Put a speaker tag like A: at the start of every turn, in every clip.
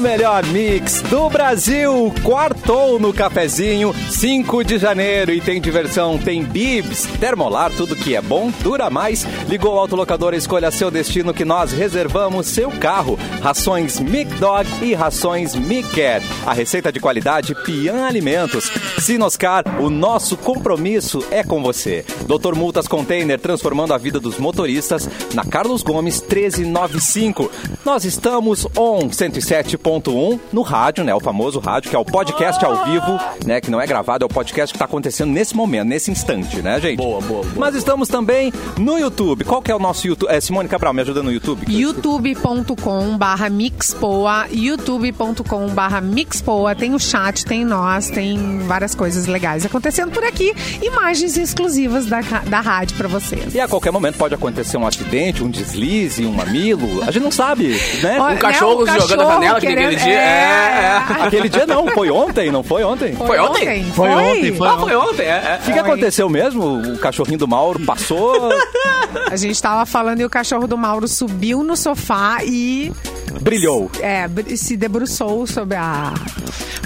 A: melhor mix do Brasil. Quartou no cafezinho, 5 de janeiro. E tem diversão, tem bibs, termolar, tudo que é bom, dura mais. Ligou o autolocador, escolha seu destino que nós reservamos seu carro. Rações Mic Dog e rações Mic Cat. A receita de qualidade Pian Alimentos. Sinoscar, o nosso compromisso é com você. Doutor Multas Container, transformando a vida dos motoristas na Carlos Gomes 1395. Nós estamos on 107.1 no rádio, né? O famoso rádio, que é o podcast ao vivo, né? Que não é gravado, é o podcast que está acontecendo nesse momento, nesse instante, né, gente?
B: Boa, boa, boa.
A: Mas estamos também no YouTube. Qual que é o nosso YouTube? É, Simone Cabral, me ajuda no YouTube.
C: youtube.com barra mixpoa, youtube.com barra mixpoa, tem o chat, tem nós, tem várias coisas legais acontecendo por aqui, imagens exclusivas da, ca- da rádio pra vocês.
A: E a qualquer momento pode acontecer um acidente, um deslize, um mamilo. A gente não sabe, né?
C: Olha,
B: Um cachorro
C: né, um
B: jogando a janela que nem
C: querendo-
B: aquele dia. É,
A: Aquele dia não, foi ontem, não foi ontem?
B: Foi ontem?
D: Foi ontem, foi
A: um
B: Ah,
D: ontem.
B: foi ontem, é,
A: O que, que aconteceu mesmo? O cachorrinho do Mauro passou,
C: A gente tava falando e o cachorro do Mauro subiu no sofá e
A: brilhou.
C: é, br- se debruçou sobre a.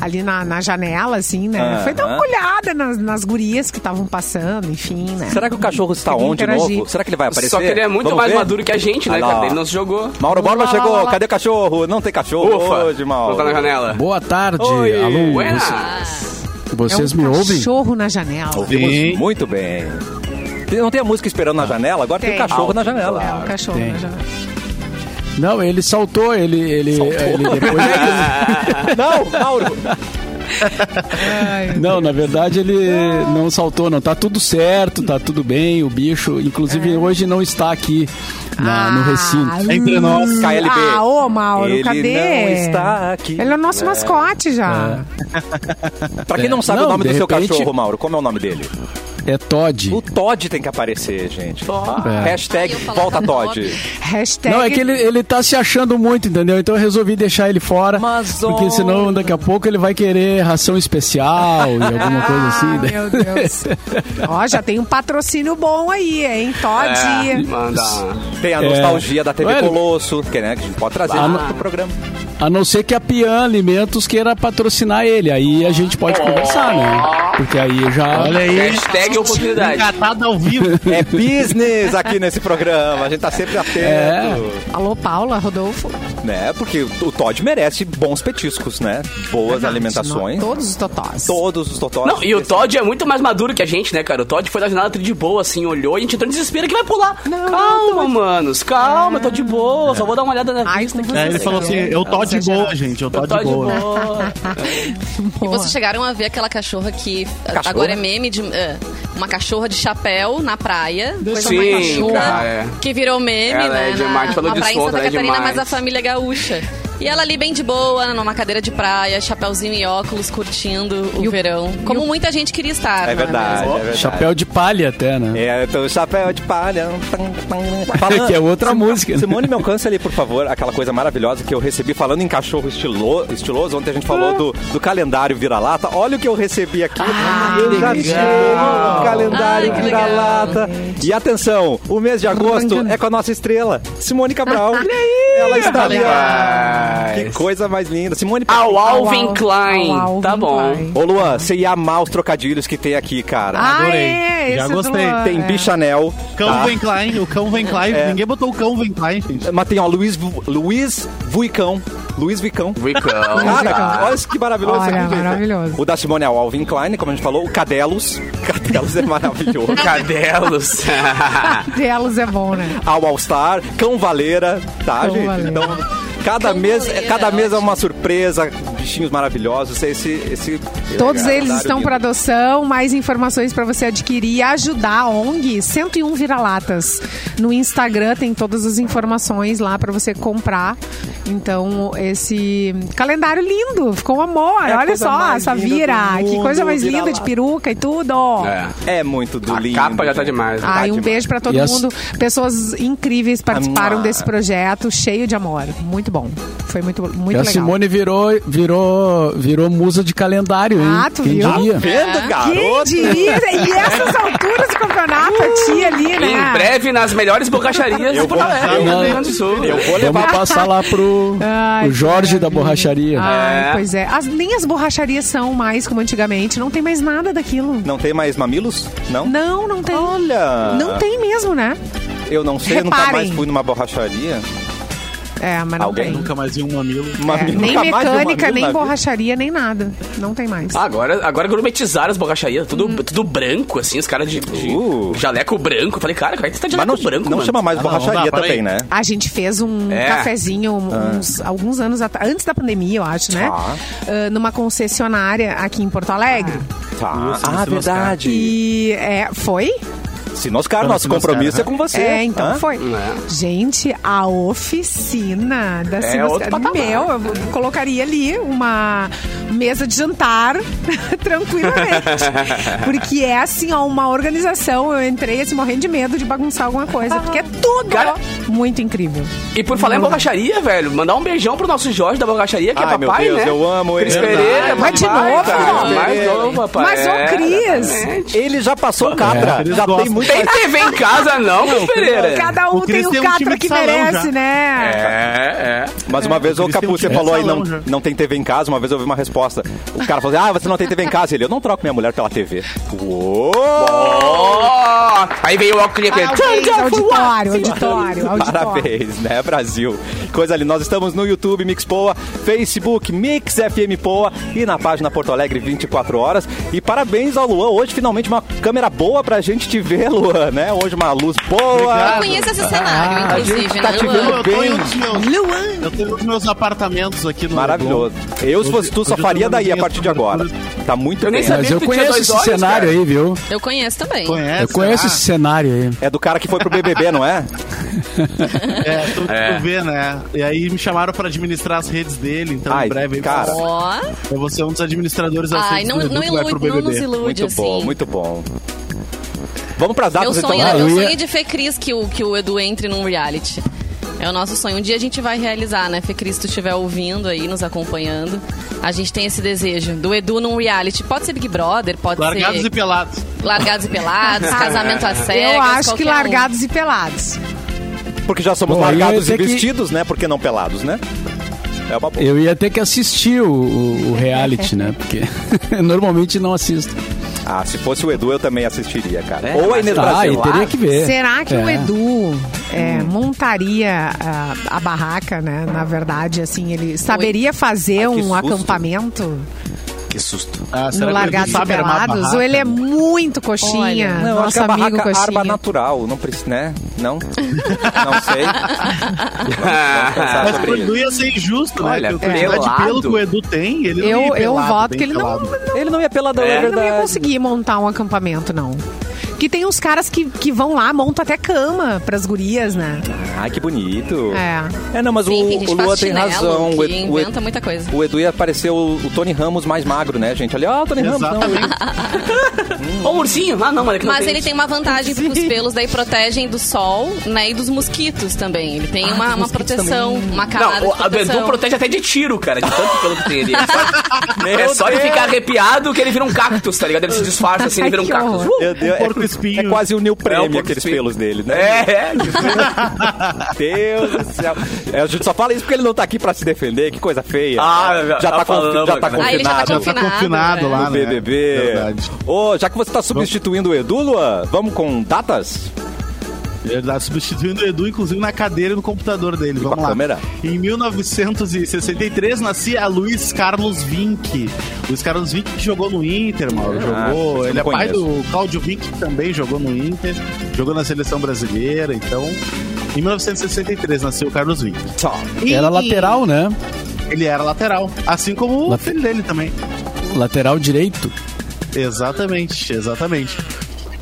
C: ali na, na janela, assim, né?
A: Aham.
C: Foi dar uma olhada nas, nas gurias que estavam passando, enfim, né?
A: Será que o cachorro está
C: Queria
A: onde de
C: interagir.
A: novo? Será que ele vai aparecer?
B: Só que ele é muito
A: Vamos
B: mais
A: ver?
B: maduro que a gente, né,
A: Ah, lá, ó.
B: cara? Ele não se jogou.
A: Mauro Borba
C: Lá, lá,
A: chegou,
C: lá, lá.
A: cadê o cachorro? Não tem cachorro
B: Ufa,
A: hoje, Mauro.
B: não tá na janela.
E: Boa tarde,
A: Oi.
E: alô.
B: Buenas.
E: Vocês, vocês
C: é um
E: me ouvem?
C: cachorro na janela.
A: Ouvimos
D: Sim.
A: muito bem. Tem- Não tem a música esperando na janela? Agora tem, o
C: Ah. Tem.
A: cachorro na
C: É,
A: janela.
C: um cachorro
E: tem.
C: na janela.
E: Não, ele saltou, ele, ele, ele depois.
A: Não, Mauro!
E: não, na verdade ele não saltou, não. Tá tudo certo, tá tudo bem. O bicho, inclusive, hoje não está aqui na- Ah, no recinto.
D: Tá Entre nós.
A: KLB.
C: Ah, ô, Mauro,
A: Ele
C: cadê?
A: não está aqui.
C: Ele é o nosso mascote já.
A: Pra quem
E: É.
A: não sabe o
E: Não,
A: nome do
E: de
A: seu
E: repente-
A: cachorro, Mauro, como é o nome dele?
E: É Todd.
A: O Todd tem que aparecer, gente.
E: É.
A: Hashtag
F: Eu falava
A: volta Todd.
F: Todd.
C: Hashtag.
E: Não, é que ele, ele tá se achando muito, entendeu? Então eu resolvi deixar ele fora.
A: Mas olha.
E: porque senão daqui a pouco ele vai querer ração especial e alguma coisa assim.
C: Ah,
E: né?
C: meu Deus. Ó, já tem um patrocínio bom aí, hein? Todd.
B: É, manda.
A: Tem a nostalgia da TV
E: Ué, ele-
A: Colosso, que, né, que É. a gente pode trazer
E: Ah,
A: no
E: não-
A: pro programa.
E: A não ser que a Pian Alimentos queira patrocinar ele. Aí a gente pode conversar, né? Porque aí já.
D: Olha aí.
B: Hashtag oportunidade.
D: Engatado ao vivo.
A: É business aqui nesse programa, a gente tá sempre atento.
D: É.
C: Alô, Paula, Rodolfo.
A: Né? Porque o Todd merece bons petiscos, né? Boas alimentações.
C: Todos os totós.
A: Todos os totós.
B: Não, e o Todd é muito mais maduro que a gente, né, cara? O Todd foi na janela tudo de boa, assim, olhou e a gente entrou em desespero que vai pular. calma, manos, calma, eu tô de
A: É.
B: boa, só vou dar uma olhada na
C: Ai,
B: pista
C: com
B: aqui.
D: É, ele
C: Você
D: falou assim:
C: quer?
D: eu tô de
C: Exagerado.
D: boa, gente. Eu tô
B: Eu tô
D: de boa.
F: E vocês tá chegaram a ver aquela cachorra que
A: Cachorra?
F: agora é meme de. é, uma cachorra de chapéu na praia. Coisa
B: Sim,
F: mais linda,
B: cara, é.
F: Que virou meme,
B: Ela
F: né?
B: é demais,
F: na,
B: falou
F: na
B: de
F: praia
B: solta,
F: em Santa
B: ela é
F: Catarina,
B: demais.
F: mas a família é gaúcha. E ela ali bem de boa, numa cadeira de praia, chapéuzinho e óculos, curtindo o,
C: E o-
F: verão. Como muita gente queria estar.
A: É
F: não
A: verdade,
F: mesmo?
A: é verdade.
E: Chapéu de palha até, né?
A: É, então, chapéu de palha.
E: Que é outra
A: Sim-
E: música, né?
A: Simone, me alcança ali, por favor, aquela coisa maravilhosa que eu recebi falando em cachorro estilo- estiloso. Ontem a gente falou do, do calendário vira-lata. Olha o que eu recebi aqui. eu já tirei o calendário
F: Ai, que legal.
A: vira-lata. E atenção, o mês de agosto é com a nossa estrela, Simone Cabral. Ela está ali. ó. Que coisa mais linda. Simone,
C: Au,
B: Ao Ah, Alvin
C: au,
B: Klein.
C: au, Alvin
B: tá bom.
C: Klein.
A: Ô Luan, você ia amar os trocadilhos que tem aqui, cara.
C: Ah,
D: Adorei.
C: é, esse
D: Já
C: é do
D: gostei.
C: Luan,
A: Tem
C: é.
A: Bichanel.
D: Cão
A: tá?
D: vem Klein, o cão vem Klein.
A: É.
D: Ninguém botou o cão vem Klein, gente.
A: Mas tem, ó, Luiz, Vu- Luiz Vuicão. Luiz Vicão.
B: Ricão.
A: Cara, olha isso que maravilhoso
C: Olha,
A: isso aqui, gente.
C: maravilhoso.
A: né? O da Simone é o Alvin Klein, como a gente falou. O Cadelos. Cadelos é maravilhoso.
B: Cadelos.
C: Delos é bom, né?
A: Ao All Star. Cão Valeira. Tá,
C: Cão
A: gente?
C: Valeira.
A: Então, cada
F: Cão
A: mês,
F: Valeira,
A: cada mês é
F: ótimo.
A: uma surpresa. Bichinhos maravilhosos. Esse, esse,
C: Todos
A: esse
C: eles
A: calendário
C: estão
A: lindo.
C: para adoção. Mais informações para você adquirir e ajudar a ONG 101 Vira-Latas. No Instagram tem todas as informações lá para você comprar. Então, esse calendário lindo, ficou um amor.
A: É a
C: Olha
A: coisa
C: só
A: mais
C: essa
A: linda
C: vira.
A: do
C: Que
A: mundo,
C: coisa mais linda de
A: vira-lata.
C: peruca e tudo.
B: É.
A: É muito do
B: A
A: lindo.
B: capa já tá
A: gente.
B: demais, né?
A: Tá
C: Ai, um
A: demais.
C: beijo para todo
E: E as-
C: mundo. Pessoas incríveis participaram
A: Ah.
C: desse projeto, cheio de amor. Muito bom. Foi muito, muito
E: E a
C: legal.
E: Simone virou, virou virou, virou musa de calendário, hein?
C: Ah, tu
E: Quem
C: viu?
E: diria?
C: Ah,
A: Vendo,
C: Quem
A: garoto?
C: diria? E essas alturas do campeonato, a tia ali, né?
B: Em breve, nas melhores bocacharias
A: Eu
B: do
A: vou- um
B: Porto Alegre, né?
E: Não,
B: Rio Grande do Sul.
A: Eu vou levar
E: Vamos passar lá pro
C: Ai,
E: o Jorge da borracharia.
D: Ah,
C: Ai,
B: É.
C: Pois é. As, nem as borracharias são mais como antigamente. Não tem mais nada daquilo.
A: Não tem mais mamilos? Não?
C: Não, não tem.
A: Ah. Olha!
C: Não tem mesmo, né?
A: Eu não sei, eu nunca
C: Reparem.
A: mais fui numa borracharia.
C: É, mas não
A: Alguém
C: tem.
D: Nunca mais vi um mamilo.
C: É,
A: Mamilo,
C: nem
A: nunca mais vi um
C: mecânica,
A: mamilo na
C: nem
A: vida.
C: borracharia, nem nada. Não tem mais.
A: Ah.
B: Agora, agora gourmetizaram as borracharias, tudo,
C: Hum.
B: tudo branco, assim, os caras de, de
A: Uh.
B: jaleco branco. Falei, cara, cara, você tá de
A: Mas
B: jaleco
A: não,
B: branco,
A: não
B: mano.
A: chama mais
D: Ah, não, não dá,
A: borracharia
D: para
A: também,
D: aí.
A: né?
C: A gente fez um
B: É.
C: cafezinho uns- alguns anos atrás, antes da pandemia, eu acho, né?
A: Ah. Tá.
C: Ah, numa concessionária aqui em Porto Alegre.
A: Tá.
D: Isso,
A: ah,
D: Sinoscar.
A: verdade.
C: E é, foi?
A: Sinoscar, nosso
D: Sinoscar,
A: compromisso
D: né?
A: é com você.
C: É, então
A: Hã?
C: foi. Gente, a oficina da Simas-
B: outro patamar.
C: Meu, eu colocaria ali uma mesa de jantar tranquilamente. Porque é assim, ó, uma organização. Eu entrei assim, morrendo de medo de bagunçar alguma coisa. Porque é tudo
B: Cara-
C: muito incrível.
B: E por falar em borracharia, velho, mandar um beijão pro nosso Jorge da borracharia, que
A: Ai,
B: é
A: meu
B: papai,
A: Deus,
B: né?
A: eu amo ele. É
B: Cris Pereira,
A: Verdade.
B: papai,
C: Mas de novo,
B: cara, é
C: ó.
B: mais novo, papai.
C: Mas, ô,
B: É,
C: Cris.
B: exatamente.
A: Ele já passou o cabra.
D: eles
A: já tem
D: gostam.
A: muito.
B: Tem TV em casa, não, Cris Pereira?
C: Cada um
D: O Cris
C: tem o
D: tem um
C: catra
D: time de
C: que
D: salão
C: merece,
D: já.
C: né?
B: É, é.
A: Mas uma vez, o
D: eles têm
A: Capu,
D: um
A: você
D: time
A: falou aí,
D: de salão
A: não,
D: já.
A: não tem TV em casa. Uma vez eu ouvi uma resposta. O cara falou assim, ah, você não tem TV em casa. Ele, eu não troco minha mulher pela TV. Uou!
B: Ó, aí veio o óculos aqui.
C: Parabéns, auditório, auditório, auditório.
A: Parabéns, né, Brasil? Coisa ali, nós estamos no YouTube Mix Poa, Facebook Mix FM Poa e na página Porto Alegre 24 horas. E parabéns ao Luan, hoje finalmente uma câmera boa pra gente te ver, Luan, né? Hoje uma luz boa.
F: Eu conheço esse cenário, inclusive,
A: tá
F: né,
A: te
F: Luan?
A: vendo.
D: Eu tô
A: Bem.
D: em um dos meus.
C: Luan.
D: Eu tenho os meus apartamentos aqui no
A: Maravilhoso. Eu, se fosse tu, só
D: Hoje eu
A: faria
D: tô
A: daí a
D: meio
A: partir de agora. Tá muito
B: Eu nem
A: bem.
B: sabia.
E: Mas eu
B: que tu tinha
E: conheço
B: dois
E: esse
B: olhos,
E: cenário
B: cara.
E: aí, viu?
F: Eu conheço também.
D: Conhece?
E: Eu conheço
D: ah,
E: esse cenário aí.
A: É do cara que foi pro BBB, não é?
D: É, tu, tu
B: É.
D: vê, né? E aí me chamaram pra administrar as redes dele, então
A: Ai,
D: em breve aí
A: cara.
F: Ó.
D: eu vou ser um dos administradores das
F: Ai,
D: redes
F: não,
D: do Edu
F: não,
D: que vai pro
F: ilude, não nos
D: BBB.
F: ilude,
A: Muito
F: assim.
A: bom, muito bom. Vamos pras
F: Meu
A: datas, então.
F: sonho,
E: Ah,
F: era,
E: eu
F: meu
E: ia-
F: sonho de Fê Cris que o, que o Edu entre num reality. É o nosso sonho. Um dia a gente vai realizar, né? Fê Cris, se tu estiver ouvindo aí, nos acompanhando. A gente tem esse desejo do Edu num reality. Pode ser Big Brother, pode
D: Largados
F: ser
D: e pelados.
F: Largados e Pelados, Casamento a Cegas.
C: Eu acho que
F: qualquer um.
C: largados e pelados.
A: Porque já somos
E: Bom, aí eu ia
A: largados e
E: dizer que-
A: vestidos, né? Porque não pelados, né? É uma boa.
E: Eu ia ter que assistir o, o- o reality, né? Porque normalmente não assisto.
A: Ah, se fosse o Edu, eu também assistiria, cara.
B: É,
A: Ou a
B: mas
A: Inês
E: Tá, e
A: Brasil.
E: teria que ver.
C: Será que
E: É.
C: o Edu é, montaria ah, a, barraca, né? Na verdade, assim, ele saberia fazer
A: Ai, que
C: um
A: susto.
C: acampamento
B: Que susto.
D: Ah,
C: no
D: que ele
C: Largados e
D: sabe armar a
C: Pelados?
D: barraca?
C: Ou ele é muito coxinha?
F: Olha,
A: Não, eu acho que
C: nosso
A: a
C: amigo
A: barraca arma
C: coxinha.
A: natural, não precisa, né? Não? Não sei. Vamos pensar
D: Mas o
A: sobre
D: Edu
A: isso.
D: ia ser injusto, né?
B: Olha,
D: Porque a quantidade de
B: pelado.
D: pelo que o Edu tem, ele não ia
C: Eu, eu
D: pelado,
C: voto
D: bem
C: que ele não,
D: pelado.
C: não,
A: Ele não ia peladão,
B: É.
A: é,
C: ele não
A: verdade.
C: ia conseguir montar um acampamento, não. Que tem uns caras que, que vão lá, montam até cama pras gurias, né?
A: Ai, que bonito.
C: É.
A: É, não, mas
F: Sim, que a
A: o,
F: gente
A: o Lua
F: faz
A: tem
F: chinelo,
A: razão.
F: que
A: O Edu, o
F: inventa
A: Edu-
F: muita coisa.
A: o Edu ia parecer o, o Tony Ramos mais magro, né, gente? Olha, ó, o Tony Ramos. Não,
D: Exatamente.
B: Ô, ursinho. Ah, não, mano, é que não
F: Mas ele
B: isso.
F: tem uma vantagem porque os pelos daí protegem do sol, né? E dos mosquitos também. Ele
A: Ah,
F: tem uma, uma proteção, uma camada
B: Não, o-
F: de
B: a Bedu
F: proteção.
B: protege até de tiro, cara, de tanto pelo que tem ali. É só, é só ele ficar arrepiado que ele vira um cactus, tá ligado? Ele se disfarça assim, ele vira um
C: Ai, que
B: cactus.
C: horror.
B: Uh!
A: Meu Deus,
D: Um porco
A: é-
D: espinho.
A: É quase o New
B: É, um
A: Prêmio,
B: porco
A: aqueles
B: espinho.
A: pelos dele, né?
B: É, é.
A: Deus do céu. É, a gente só fala isso porque ele não tá aqui pra se defender, que coisa feia.
B: Ah, já
A: já tá,
B: tá
A: confi-
B: falando,
A: já tá
B: cara.
A: confinado.
F: Ah, ele já tá
D: Já tá
F: Confinado,
D: confinado
F: né?
D: lá,
A: no
D: né?
A: BBB.
D: Verdade.
A: Ô, já que você tá substituindo o Edu, Lua, vamos com datas?
D: Verdade, tá substituindo o Edu, inclusive, na cadeira e no computador dele. Vamos
A: com a
D: lá.
A: câmera.
D: Em 1963, nascia Luiz Carlos Vinck. Luiz Carlos Vinck que jogou no Inter, Mauro.
A: Ah,
D: jogou.
A: eu
D: Ele é
A: não
D: pai
A: conheço.
D: do Cláudio Vinck, que também jogou no Inter. Jogou na seleção brasileira, então. Em 1963 nasceu o Carlos Vinck.
E: Era lateral, né?
D: Ele era lateral, assim como o
E: Late-
D: filho dele também.
E: Lateral direito.
D: Exatamente, exatamente.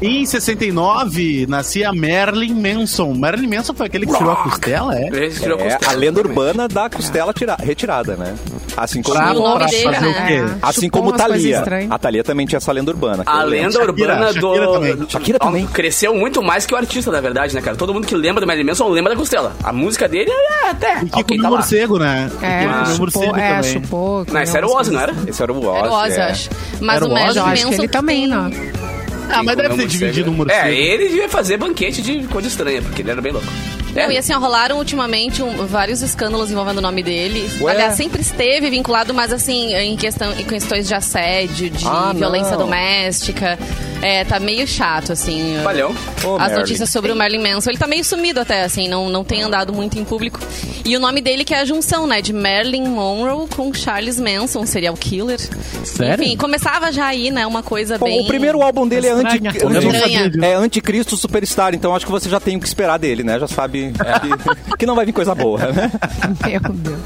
D: Em 69, nascia Merlin Manson. Merlin Manson foi aquele que tirou a costela, é?
B: Ele se um tirou a
A: É,
B: costela,
A: a lenda
B: exatamente.
A: urbana da costela tira- retirada, né? Assim como,
F: E o nome dele,
D: fazer o
B: é-
F: né?
D: quê?
A: assim
C: Chupou
A: como
C: umas coisas
A: Thalia.
C: estranhas.
A: A Thalia também tinha essa lenda urbana. que
B: A
A: eu lembro.
B: lenda urbana
D: Shakira
B: do.
D: também.
A: Shakira também.
B: Cresceu muito mais que o artista, na verdade, né, cara? Todo mundo que lembra do Marilyn Manson lembra da costela. A música dele é até.
D: E que
B: ok,
D: comeu
B: tá lá.
D: morcego, né?
C: É,
D: E que comeu
C: chupou,
D: morcego
C: é,
D: também.
C: chupou.
B: Não, esse era o Ozzy, né? não era?
A: Esse era o Ozzy.
F: Era o Ozzy,
A: é.
F: eu acho. Mas
D: Era
F: o
D: o Ozzy?
F: Magic
C: Eu acho
F: Manson
C: que ele
F: que
C: também,
F: tem-
C: não.
D: Ah, mas deve ter dividido um morcego.
B: É, ele devia fazer banquete de coisa estranha, porque ele era bem louco. É,
F: Não, e assim, ó, rolaram ultimamente um- vários escândalos envolvendo o nome dele.
A: Ué?
F: Aliás, sempre esteve vinculado, mas assim, em, questão, em questões de assédio, de
A: Ah, não.
F: violência doméstica. É, tá meio chato, assim.
B: Palhão.
A: Ô,
F: As
A: Marilyn.
F: notícias sobre o Marilyn Manson. Ele tá meio sumido até, assim, não, não tem andado muito em público. E o nome dele que é a junção, né, de Marilyn Monroe com Charles Manson, serial killer.
E: Sério?
F: Enfim, começava já aí, né, uma coisa
A: Bom,
F: bem...
A: o primeiro álbum dele é, anti,
E: Estranha.
F: Estranha.
A: anti, é Anticristo Superstar, então acho que você já tem o que esperar dele, né? Já sabe é, que, que não vai vir coisa boa, né?
C: Meu Deus.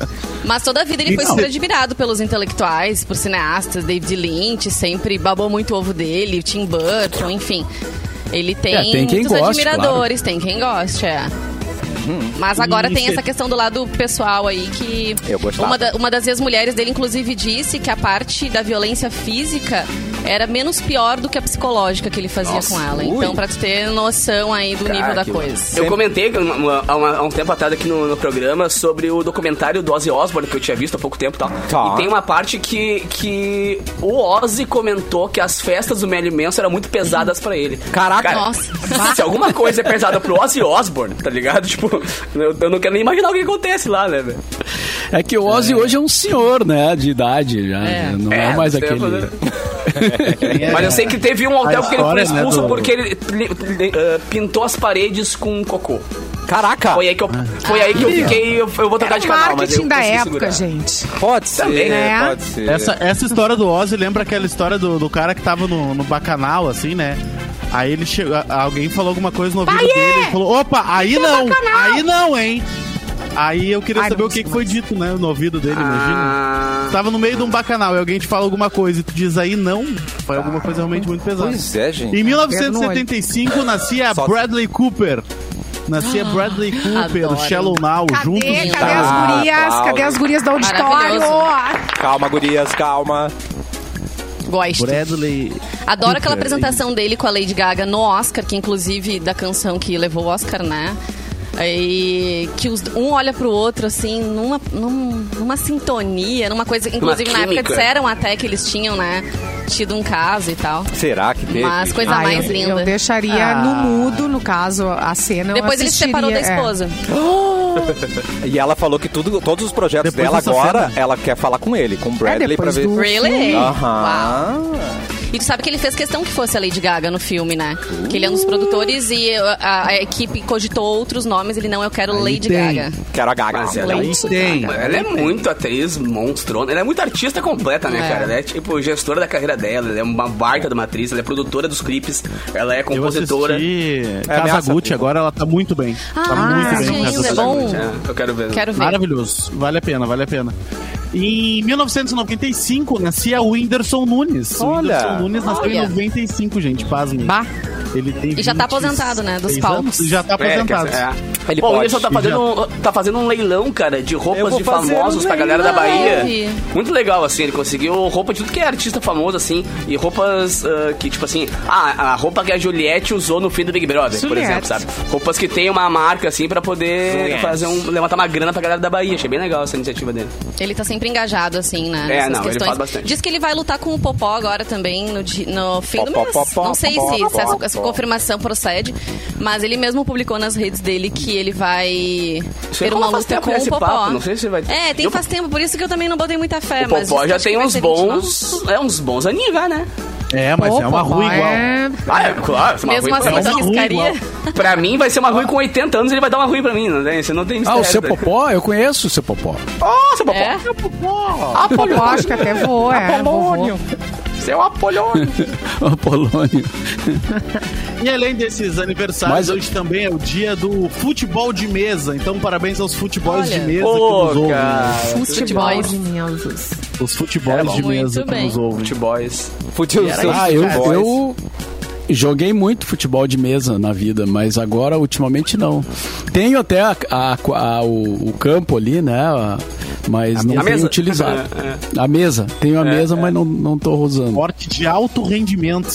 F: Mas toda a vida ele foi
D: Então.
F: super admirado pelos intelectuais, por cineastas, David Lynch, sempre babou muito ovo dele, Tim Burton, enfim. Ele tem,
E: É, tem quem
F: muitos
E: goste,
F: admiradores, tem quem goste, é.
A: Uhum.
F: Mas agora
D: E
F: tem
D: cê-
F: essa questão do lado pessoal aí que
A: Eu gostava.
F: uma, da- uma das ex-mulheres dele inclusive disse que a parte da violência física era menos pior do que a psicológica que ele fazia
A: Nossa,
F: com ela.
A: ui.
F: Então pra tu ter noção aí do nível da
A: que
F: coisa.
B: Eu comentei há uma- há uma- há um tempo atrás aqui no, no programa sobre o documentário do Ozzy Osbourne que eu tinha visto há pouco tempo e tal.
A: Tá.
B: E tem uma parte que, que o Ozzy comentou que as festas do Marilyn Manson eram muito pesadas pra ele.
A: Caraca.
F: Nossa.
B: Se alguma coisa é pesada pro Ozzy Osbourne, tá ligado? Tipo, eu, eu não quero nem imaginar o que acontece lá, né, velho?
E: É que o Ozzy hoje é um senhor, né? De idade já.
F: É.
E: Não é,
B: É,
E: mais
B: não sei
E: aquele.
B: fazer. Mas eu sei que teve um hotel que ele foi
D: É. história, né,
B: expulso
D: do-
B: porque ele li- li- eh, pintou as paredes com cocô.
A: Caraca!
B: Foi aí que eu, foi aí que eu fiquei. Eu, eu vou trocar
C: Era
B: de
C: o
B: canal, mas eu
C: marketing da
B: consegui
C: época,
B: segurar.
C: gente.
A: Pode ser,
B: Também,
A: né?
C: né?
A: Pode ser.
D: Essa, essa história do Ozzy lembra aquela história do, do cara que tava no, no bacanal, assim, né? Aí ele chegou, a- alguém falou alguma coisa no ouvido dele e falou: opa, aí
B: um
D: não, aí não, hein? Aí eu queria
C: Ai,
D: saber
C: não
D: o que,
C: sei
D: que foi dito, né? No ouvido dele, imagina.
B: Ah,
D: Tu Tava no meio de um bacanal e alguém te fala alguma coisa e tu diz aí não, foi alguma coisa realmente muito pesada.
A: Pois é, gente.
D: Em 1975 nascia
A: Só-
D: Bradley Cooper. Nascia Bradley Cooper,
F: Ah, adoro.
D: Shallow Now, juntos
C: Cadê,
D: em
C: cadê
A: Ah,
C: as gurias?
A: Paulo.
C: Cadê as gurias do auditório?
F: Maravilhoso.
A: Calma, gurias, calma.
F: Gosto.
D: Bradley.
F: Adoro aquela
D: Puta,
F: apresentação dele com a Lady Gaga no Oscar, que inclusive da canção que levou o Oscar, né? E que os- um olha pro outro, assim, numa, num- numa sintonia, numa coisa. Inclusive, na época
B: química.
F: disseram até que eles tinham, né? Tido um caso e tal.
A: Será que teve?
F: Mas coisa
C: Ah,
F: mais
C: eu,
F: linda.
C: eu deixaria no mudo, no caso, a cena. eu
F: Depois ele se separou da
C: assistiria, é.
F: esposa.
A: E ela falou que tudo, todos os projetos
D: Depois
A: dela
D: dessa
A: agora,
D: cena.
A: ela quer falar com ele, com o Bradley, pra
C: É, depois
A: ver.
C: do-
F: Really? Uau.
A: Aham.
F: E tu sabe que ele fez questão que fosse a Lady Gaga no filme, né? Que ele é um dos produtores e uh, a, a equipe cogitou outros nomes. Ele não, eu quero Lady
D: tem.
F: Gaga.
A: Quero a Gaga.
B: Mas ela é
D: Aí tem.
B: Ela é muito atriz monstrona. Ela é muito artista completa, né,
F: É.
B: cara? Ela é, tipo, gestora da carreira dela. Ela é uma baita de uma atriz. Ela é produtora dos clipes. Ela é
D: Eu
B: compositora.
D: assisti
A: ameaça,
D: Casa Gucci, agora ela tá muito bem. tá
F: Ah,
D: muito
F: sim,
D: bem. Casa
F: é
D: Gucci.
F: bom.
B: É, eu quero ver.
F: Quero ver.
D: Maravilhoso. Vale a pena, vale a pena. Em 1995, nascia o Whindersson Nunes.
A: Olha.
D: O Whindersson Nunes nasceu
F: Olha.
D: em 95, gente, pasmem.
C: Bah.
D: Ele tem
F: E já tá
D: 26
F: aposentado, né, dos
D: anos,
F: palcos.
D: Já tá
B: É, quer
D: aposentado.
B: dizer, é.
A: Ele
B: Bom, o
A: pode.
B: Whindersson tá fazendo, um, tá fazendo um leilão, cara, de
A: Eu
B: roupas
A: vou
B: de
A: fazer
B: famosos
A: um
B: pra galera da
F: leilão.
B: Bahia. Muito legal, assim, ele conseguiu roupa de tudo que é artista famoso, assim, e roupas ah, que, tipo assim, ah, a roupa que a Juliette usou no fim do Big Brother, por
C: Juliette.
B: exemplo, sabe? Roupas que tem uma marca, assim, pra poder fazer um, levantar uma grana pra galera da Bahia. Achei bem legal essa iniciativa dele.
F: Ele tá sempre engajado, assim, né?
B: É,
F: nessas
B: não, ele
F: questões.
B: faz bastante.
F: Diz que ele vai lutar com o Popó agora também no, di- no fim do
A: Popó,
F: mês.
A: popó,
F: não sei
A: popó,
F: se, se essa,
A: popó.
F: essa confirmação procede, mas ele mesmo publicou nas redes dele que ele vai
B: Sei
F: ter
B: é como
F: uma
B: faz
F: luta
B: tempo
F: com
B: esse
F: o Popó.
B: papo, não sei se vai-
F: É, tem
B: Eu-
F: faz tempo, por isso que eu também não botei muita fé.
B: o
F: É, mas
B: Popó já
F: acho que
B: tem
F: vai
B: uns
F: ser 29.
B: bons. É, uns bons aninhos, já, né?
D: É, mas é uma
C: Opa,
D: rua igual.
C: é-
B: Ah, é claro. uma
F: Mesmo
B: ruim né? pra
F: assim, tu
B: mim.
D: uma ruim,
F: arriscaria.
B: Pra mim vai ser uma ruim com 80 anos, ele vai dar uma ruim pra mim, não tem? Você não tem
E: Ah,
B: mistério.
E: o seu
B: né?
E: Popó? Eu conheço o seu Popó.
B: Ó, seu Popó.
F: É?
C: Ah, Popó, acho que até voou, é.
A: Apolônio.
C: voou.
B: Seu
E: é
B: Apolônio.
E: O Polônio.
D: E além desses aniversários,
E: Mas-
D: hoje também é o dia do futebol de mesa. Então, parabéns aos futebols
F: Olha.
D: de mesa que nos
B: Ô,
D: ouvem.
B: cara. É
C: Futebol de mesas.
D: Os futebols de
F: bom.
D: mesa
F: Muito
D: que nos
F: bem.
D: ouvem.
B: Futeboys.
A: Fudiu os seus
E: Ah, eu,
A: é boys.
E: eu joguei muito futebol de mesa na vida, mas agora ultimamente não. Tenho até a- a- a- o, o campo ali, né? a- Mas
B: mesa.
E: não tenho
B: A mesa.
E: utilizado. A mesa. Tenho a mesa, mas não, não tô usando.
D: Esporte de alto rendimento.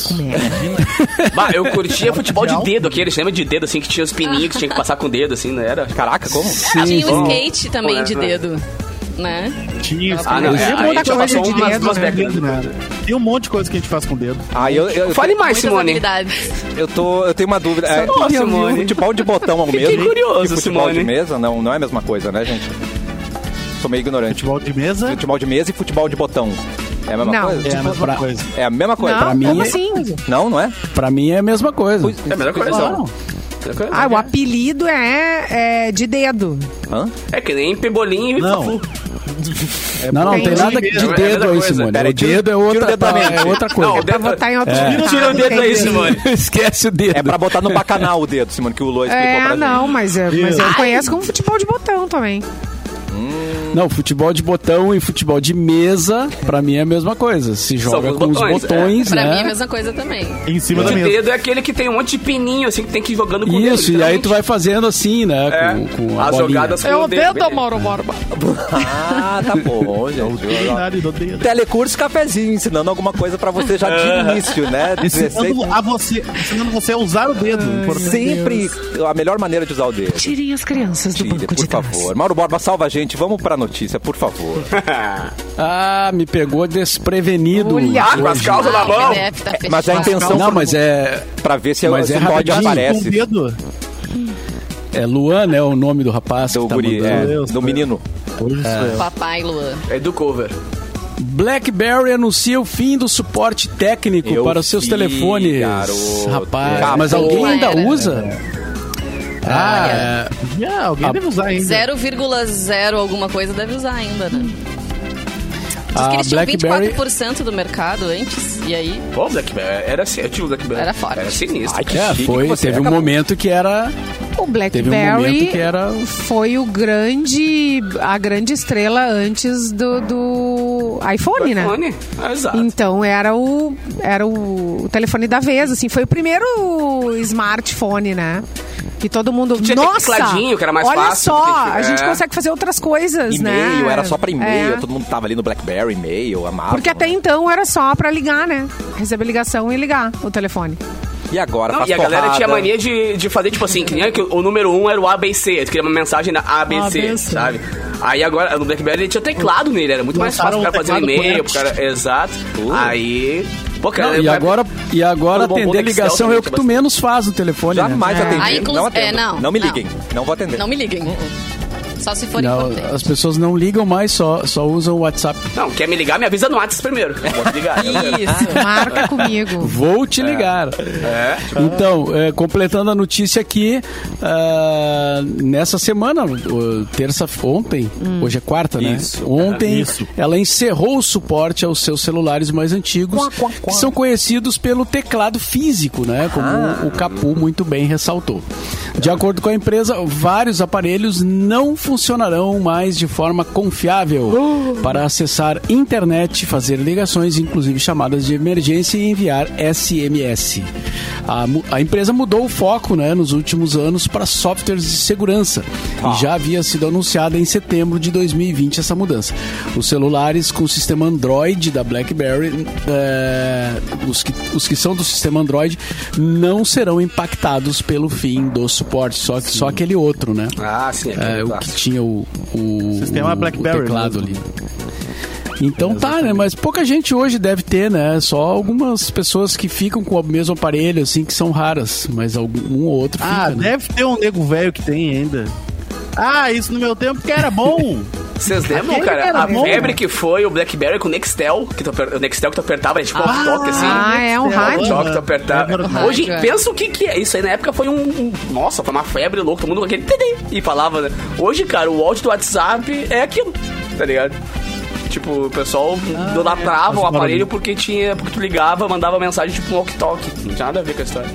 B: Bah, eu curtia futebol de dedo, aquele, lembra de dedo, assim, que tinha os pininhos que tinha que passar com o dedo, assim, não era?
A: Caraca, como?
F: Tinha o
E: sim.
F: Assim, um skate também
B: é.
F: de dedo, né?
D: Tinha
F: Ah,
B: não,
D: Tem
B: é,
D: um
B: aí
D: monte
B: já
D: de coisa
B: passou
D: de
B: umas
D: dedo,
B: duas
D: né?
B: décadas.
D: Né? Tem um monte de coisa que a gente faz com o dedo.
A: Aí eu, eu,
B: Fale mais,
F: Muitas
B: Simone.
F: habilidades.
A: eu tô, eu tenho uma dúvida. É,
B: Ô, Simone.
A: futebol de botão ao
B: Fiquei
A: mesmo.
B: curioso,
A: e futebol de
B: Simone.
A: mesa não, não é a mesma coisa, né, gente? Sou meio ignorante.
D: Futebol de mesa
A: Futebol de mesa e futebol de botão. É a mesma
C: Não.
A: coisa?
D: é a mesma
E: pra-
D: coisa.
A: É a mesma coisa.
C: Não,
E: pra mim
C: como
E: é-
C: assim?
A: Não, não é?
E: Pra mim é a mesma coisa.
B: É a melhor coisa.
E: Claro.
B: Melhor coisa. né?
C: Ah, o apelido é, é de dedo.
A: Hã?
B: É que nem pebolinho e
D: Não.
B: fafu.
E: não, não,
C: bom.
E: tem nada de
D: Entendi.
B: É a
E: dedo
B: mesma
E: aí,
B: coisa.
E: Simone.
A: Peraí,
E: o dedo é
A: tira o
E: outra,
A: dedo da
E: tá, é
A: mente.
E: outra coisa.
B: Não, o dedo-
C: Botar Tá em outro lugar,
B: Tira o
C: não
B: dedo
C: tem
B: aí,
C: dedo.
B: Simone.
E: Esquece o dedo.
A: É pra botar no bacanal o dedo, Simone, que o Lô explicou pra
C: É,
A: gente.
C: não, mas, é- mas eu conheço como futebol de botão também.
E: Não, futebol de botão e futebol de mesa, pra mim é a mesma coisa. Se joga
B: os
E: com
B: botões,
E: os botões,
F: Pra mim é
E: né?
F: a mesma coisa também.
D: Em cima da
B: De
D: mesa.
B: dedo é aquele que tem um monte de pininho, assim, que tem que ir jogando com o dedo.
E: Isso, e aí tu vai fazendo assim, né?
B: literalmente.
E: Com, com
B: É,
E: a
B: as
E: bolinha.
B: jogadas com o dedo. beleza.
C: Borba.
A: Ah, tá bom, gente.
D: Culinária do dedo.
A: Telecurso cafezinho, ensinando alguma coisa pra você já
B: É.
A: de início, né? 16
D: Ensinando a você, ensinando você a usar o dedo. importante.
A: Sempre a melhor maneira de usar o dedo.
C: Tirem as crianças do
A: Tire,
C: tipo, banco de
A: por
C: trás.
A: favor. Mauro Borba, salva a gente. Vamos pra notícia, por favor.
E: Ah, me pegou desprevenido.
C: Olha.
B: Ah, com as calças na
F: Ah, o
B: mão.
F: PDF tá fechado.
A: Mas a intenção
E: Não, mas é,
A: pra ver se,
E: Mas
A: se
E: é
A: o bode
E: rapidinho.
D: Com o
A: aparece.
D: dedo.
E: é Luan, né? O nome do rapaz
A: Do
E: que tá
A: guri,
E: mandando.
A: é,
D: Deus,
A: do
D: Deus.
A: menino.
F: Papai Luan.
B: É do cover.
E: BlackBerry anuncia o fim do suporte técnico
A: Eu
E: para os seus
A: vi,
E: telefones.
A: garoto.
E: Rapaz,
A: Acabou.
E: mas alguém ainda
F: Era.
E: usa? Ah, é.
D: Yeah, alguém
E: Ah,
D: deve usar ainda.
F: 0,0 alguma coisa deve usar ainda, né? Diz que
E: a
F: eles tinham
E: BlackBerry
F: 24% do mercado antes, e aí...
B: Pô, Blackberry. Era assim, eu tive o Blackberry.
F: Era forte.
B: Era sinistro.
A: Ai, que
E: É,
A: chique
E: foi,
A: que você
E: teve um
A: acabou.
E: momento que era.
C: O
E: Teve um momento que
C: BlackBerry
E: era.
C: foi o grande, a grande estrela antes do, do iPhone, né?
B: iPhone? Ah, exato.
C: Então era o era o telefone da vez, assim, foi o primeiro smartphone, né? E todo mundo,
B: tinha
C: nossa,
B: tecladinho, que era mais
C: olha
B: fácil do
C: só,
B: que tinha-
C: a gente
B: é.
C: consegue fazer outras coisas, né?
A: E-mail, era só pra e-mail.
C: É.
A: Todo mundo tava ali no Blackberry, e-mail, amava.
C: Porque até então era só pra ligar, né? Receber ligação e ligar o telefone.
A: E agora,
B: Não,
A: faz
B: e a galera
A: torrada.
B: tinha mania de, de fazer, tipo assim, que nem que o número 1 um era o ABC, tu queria uma mensagem na ABC,
D: ABC.
B: sabe? Aí agora, no BlackBerry ele tinha teclado nele, era muito mais fácil
D: Lançaram
B: o cara
D: um
B: fazer um
D: teclado
B: e-mail, pro
D: Connect.
B: cara. Exato. Aí. Pô, cara,
E: Não,
B: eu-
E: e agora, e agora
B: Quando o bombom
E: atender
B: do Excel
E: ligação é o
B: também
E: que tu menos faz no telefone. né?
A: Jamais
F: Ah,
A: atendi.
F: inclu-
A: não atendo.
F: é, não,
A: me
F: não.
A: liguem. Não vou atender.
F: Não me liguem. Só se for
E: É. Uhum. Não,
F: importante.
E: as pessoas não ligam mais, só, só usam o WhatsApp.
B: Não, quer me ligar, me avisa no WhatsApp primeiro. Vou te ligar. eu
F: né?
B: quero.
C: Marca comigo.
E: Vou te ligar. Então, é, completando a notícia aqui, ah, nessa semana, o- terça, ontem, hoje é quarta, né?
A: Isso.
E: Ontem,
D: Isso.
E: ela encerrou o suporte aos seus celulares mais antigos, que são conhecidos pelo teclado físico, né? Como o Capu muito bem ressaltou. De acordo com a empresa, vários aparelhos não funcionarão mais de forma confiável para acessar internet, fazer ligações, inclusive chamadas de emergência e enviar SMS. A, mu- a empresa mudou o foco né, nos últimos anos para softwares de segurança e já havia sido anunciada em setembro de 2020 essa mudança. Os celulares com sistema Android da BlackBerry, eh, os, que, os que são do sistema Android, não serão impactados pelo fim do suporte, só, que- só aquele outro, né?
B: Ah, sim,
E: É,
B: aquele
E: o que
B: clássico.
E: tinha o, o,
D: Sistema
E: o- o
D: BlackBerry né?
E: teclado
D: mesmo.
E: ali. Então tá, né? Mas pouca gente hoje deve ter, né? Só algumas pessoas que ficam com o mesmo aparelho, assim, que são raras. Mas algum ou outro fica,
D: Ah,
E: né?
D: deve ter um nego velho que tem ainda. Ah, isso no meu tempo que era bom.
B: Vocês lembram,
D: Aquele
B: cara?
D: era
B: A
D: bom,
B: febre
D: né?
B: que foi o Blackberry com o Nextel, que tu, aper- o Nextel que tu apertava, era tipo um toque assim.
C: Ah, é um rádio.
B: Toque, tu apertava.
D: É
B: Hoje,
F: verdade.
B: pensa o que que é. Isso aí na época foi um... um- Nossa, foi uma febre louca. Todo mundo com aquele... tiri E falava, né? Hoje, cara, o áudio do WhatsApp é aquilo, tá ligado? Tipo, o pessoal idolatrava o
D: faz
B: aparelho
D: barulho.
B: porque tinha... Porque tu ligava, mandava mensagem tipo um walkie-talkie. Não tinha nada a ver com a história.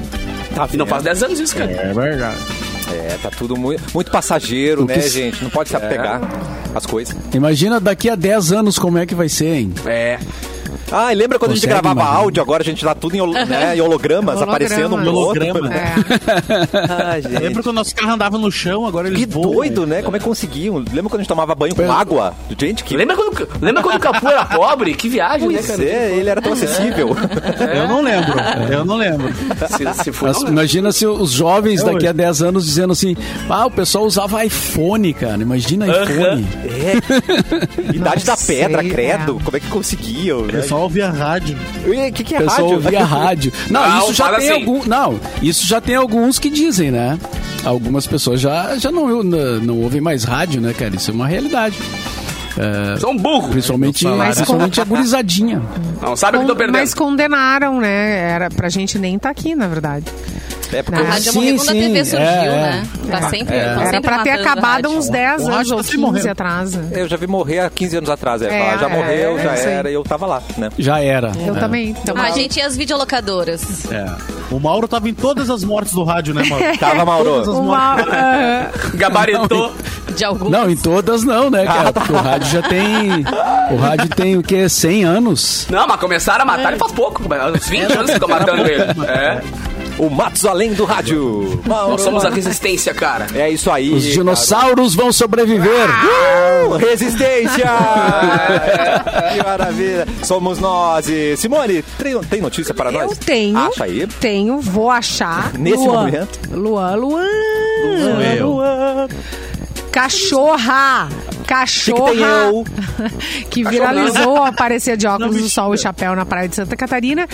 A: Tá
B: e não faz 10 anos isso, cara.
D: É verdade.
A: É, tá tudo muito, muito passageiro,
E: O
A: né,
E: que se- É.
A: gente? Não pode se apegar às coisas.
E: Imagina daqui a 10 anos como é que vai ser, hein?
B: É.
A: Ah, e lembra quando a
E: Consegue
A: gente gravava
E: imaginar.
A: áudio, agora a gente dá tudo em, holo- né, em hologramas,
C: Holograma.
A: aparecendo um pelo outro.
E: Holograma.
C: É.
A: Ah, gente.
D: Lembra quando o nosso carro andava no chão, agora eles
A: Que
D: voam.
A: doido, né? Como é que conseguiam? Lembra quando a gente tomava banho com
E: Pelo-
A: água? Gente, que
B: Lembra quando, lembra quando o Capu era pobre? Que viagem, né,
A: Pois
B: cara?
A: é, ele era tão acessível.
D: Eu não lembro, eu não lembro.
B: Se, né? se for,
E: Mas
B: não, é.
E: imagina se os jovens daqui
D: É hoje.
E: a 10 anos dizendo assim: ah, o pessoal usava iPhone, cara. Imagina iPhone. É.
A: Idade
C: Não
A: da pedra,
C: sei,
A: credo. Como é que conseguiam?
D: Eu só ouvia rádio.
A: O que, que é
E: O pessoal
A: rádio?
E: ouvia rádio. Não,
B: Ah,
E: isso já
B: fala
E: tem
B: assim.
E: algum, não, isso já tem alguns que dizem, né? Algumas pessoas já, já não, não, não ouvem mais rádio, né, cara? Isso é uma realidade. É,
B: São um burro. né?
E: principalmente,
C: Mas
E: principalmente
C: com-
E: a gurizadinha.
B: Não sabe o que tô perdendo.
C: mas condenaram, né? Era pra gente nem tá aqui, na verdade.
A: É, porque
F: A
A: eu-
C: Ah,
F: rádio
E: sim,
F: morreu quando a
E: sim,
F: TV surgiu,
E: é,
F: né? Tá sempre, tão sempre
C: Era pra ter
F: matando a
C: acabado
F: rádio.
C: uns 10
D: Eu
C: anos
D: acho
C: ou
D: que
C: 15
D: se morreu.
C: atrás. né?
A: eu já vi morrer há 15 anos atrás. eu ia
C: É,
A: falar, já
C: é,
A: morreu,
C: é
A: já
C: isso aí.
A: era, e eu tava lá, né?
E: Já era.
C: Eu
E: É,
C: também. Então,
F: A gente e as videolocadoras.
E: é.
D: O Mauro tava em todas as mortes do rádio, né, Mauro?
A: Tava,
D: Todas as
A: Mauro.
C: Uma,
D: mortes.
C: ah,
B: Gabaritou.
F: De algum.
E: Não, em todas não, né,
B: Ah,
E: cara?
B: tá.
E: Porque o rádio já tem. O rádio tem o quê? 100 anos?
B: Não, mas começaram a matar ele faz pouco. mas Uns 20 anos que ficam matando ele. É.
A: O Matos Além do Rádio. Mauro.
B: Nós somos a resistência, cara.
A: É isso aí.
E: Os dinossauros vão sobreviver.
B: Ah,
A: Uh, resistência! É, que maravilha. Somos nós. E Simone, tem, tem notícia para
C: eu
A: nós?
C: tenho.
A: Acha aí.
C: Tenho, vou achar.
A: Nesse
C: Luan.
A: momento.
C: Luan, Luan.
D: Sou eu.
C: Cachorra! Cachorra!
A: Que que tem eu?
C: que viralizou ao aparecer de óculos do sol e chapéu na praia de Santa Catarina.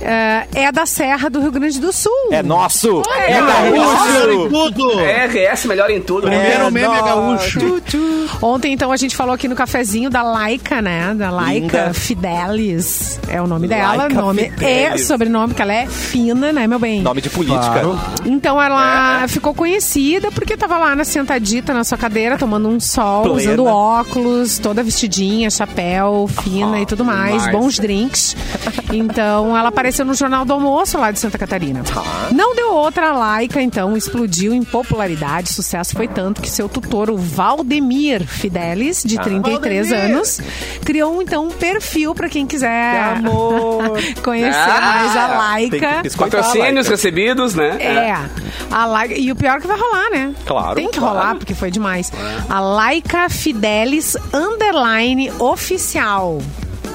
C: eh, é da Serra do Rio Grande do Sul.
A: É nosso. É,
D: Nossa, em
A: gaúcho.
D: tudo!
B: RS, melhor em tudo. né?
A: É
D: Primeiro meme é
A: nóis.
D: gaúcho.
A: Tchu, tchu.
C: Ontem, então, a gente falou aqui no cafezinho da Laika, né? Da Laika
A: Linda.
C: Fidelis. É o nome dela.
A: Laika
C: nome
A: Fidelis.
C: e sobrenome, que ela é fina, né, meu bem?
A: Nome de política.
C: Então
A: É,
C: ela
A: né?
C: ficou conhecida porque tava lá na sentadita na sua cadeira, tomando um sol,
A: Plena.
C: usando óculos, toda vestidinha, chapéu, fina e tudo mais,
B: demais.
C: bons drinks. Então ela apareceu no Jornal do Almoço lá de Santa Catarina.
A: Tá.
C: Não deu outra, a Laika então explodiu em popularidade, sucesso foi tanto que seu tutor, o Valdemir Fidelis,
A: Tá.
C: de 33 anos, criou então um perfil para quem quiser
A: Que amor.
C: conhecer
B: Ah,
C: mais a
A: Tem que
C: Laika.
A: biscoitar,
B: Patrocínios
D: então.
A: Laika.
B: recebidos, né?
C: É. A Laika, e o pior é que vai rolar, né?
A: Claro,
C: Tem que
A: claro.
C: rolar, porque foi demais. A Laika Fidelis Underline Oficial.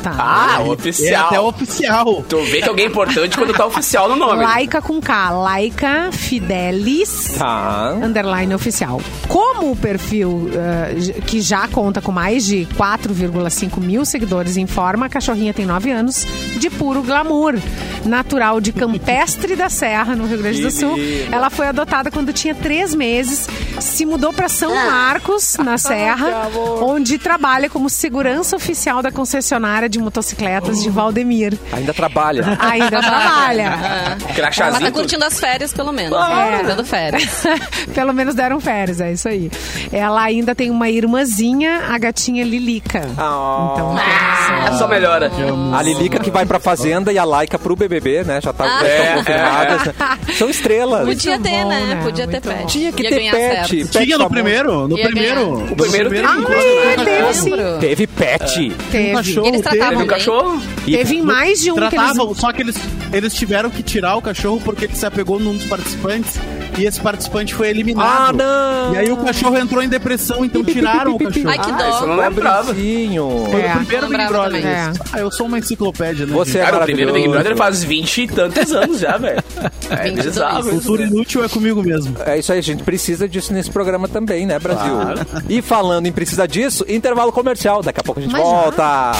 C: Tá.
B: Ah,
D: É
B: oficial.
D: até oficial.
B: Tu vê que alguém é importante quando tá oficial no nome.
C: Laika com K. Laika Fidelis
A: Tá.
C: Underline Oficial. Como o perfil eh, j- que já conta com mais de 4,5 mil seguidores informa, a cachorrinha tem 9 anos, de puro glamour. Natural de Campestre da Serra, no Rio Grande do
A: Que
C: Sul.
A: lindo.
C: Ela foi adotada quando tinha 3 meses, se mudou para São Marcos,
A: Ah,
C: na Serra, onde trabalha como segurança oficial da concessionária de motocicletas
A: Uh.
C: de Valdemir.
A: Ainda trabalha.
C: Ainda trabalha.
F: Ela
B: Crachazinho.
F: tá curtindo as férias, pelo menos.
E: Ah.
C: Claro.
F: É. Tá dando férias.
C: Pelo menos deram férias, é isso aí. Ela ainda tem uma irmãzinha, a gatinha Lilica.
A: Ah.
C: Então,
B: Ah, só melhora.
A: A Lilica que vai pra fazenda e a Laika pro BBB, né? Já tá já
B: É,
A: estão confirmadas. né? São
E: é
A: estrelas.
F: Podia
C: Ah. Muito
F: ter,
C: bom,
F: né?
C: né?
F: Podia ter
C: Muito bom.
F: pet.
A: Tinha que
F: Ia
A: ter
F: ganhar
A: pet.
F: certo.
A: pet
D: Tinha no
A: famoso.
D: primeiro? No
F: Ia
D: primeiro?
F: ganhar.
D: no
B: primeiro teve
D: encontro,
C: Ai,
D: né?
C: teve sim.
F: Lembro.
A: Teve pet.
D: Um
C: Teve.
D: cachorro
F: Eles tratavam
B: Teve um
D: teve.
F: bem.
B: cachorro?
A: E-
C: Teve em mais de um que eles...
D: Tratavam, só que eles, eles tiveram que tirar o cachorro porque ele se apegou num dos participantes e esse participante foi eliminado.
A: Ah, não!
D: E aí o cachorro entrou em depressão, então tiraram o cachorro.
F: Ai, que
E: é
B: Ah, isso eu não
F: dó.
B: lembrava.
A: Pobrezinho.
D: Foi
C: É.
D: o primeiro Big
F: Lembrava
D: Brother.
C: também.
D: esse. Ah, eu sou uma enciclopédia, né?
A: Você
D: gente?
A: é
B: Cara, o primeiro Big Brother
A: maravilhoso.
B: faz 20 e tantos anos já, velho. É
F: 22.
B: bizarro. isso,
D: Cultura
B: né?
D: inútil é comigo mesmo.
A: É isso aí, a gente precisa disso nesse programa também, né, Brasil? E falando em precisa disso, intervalo comercial. Daqui a pouco a gente
C: Mas já?
A: volta.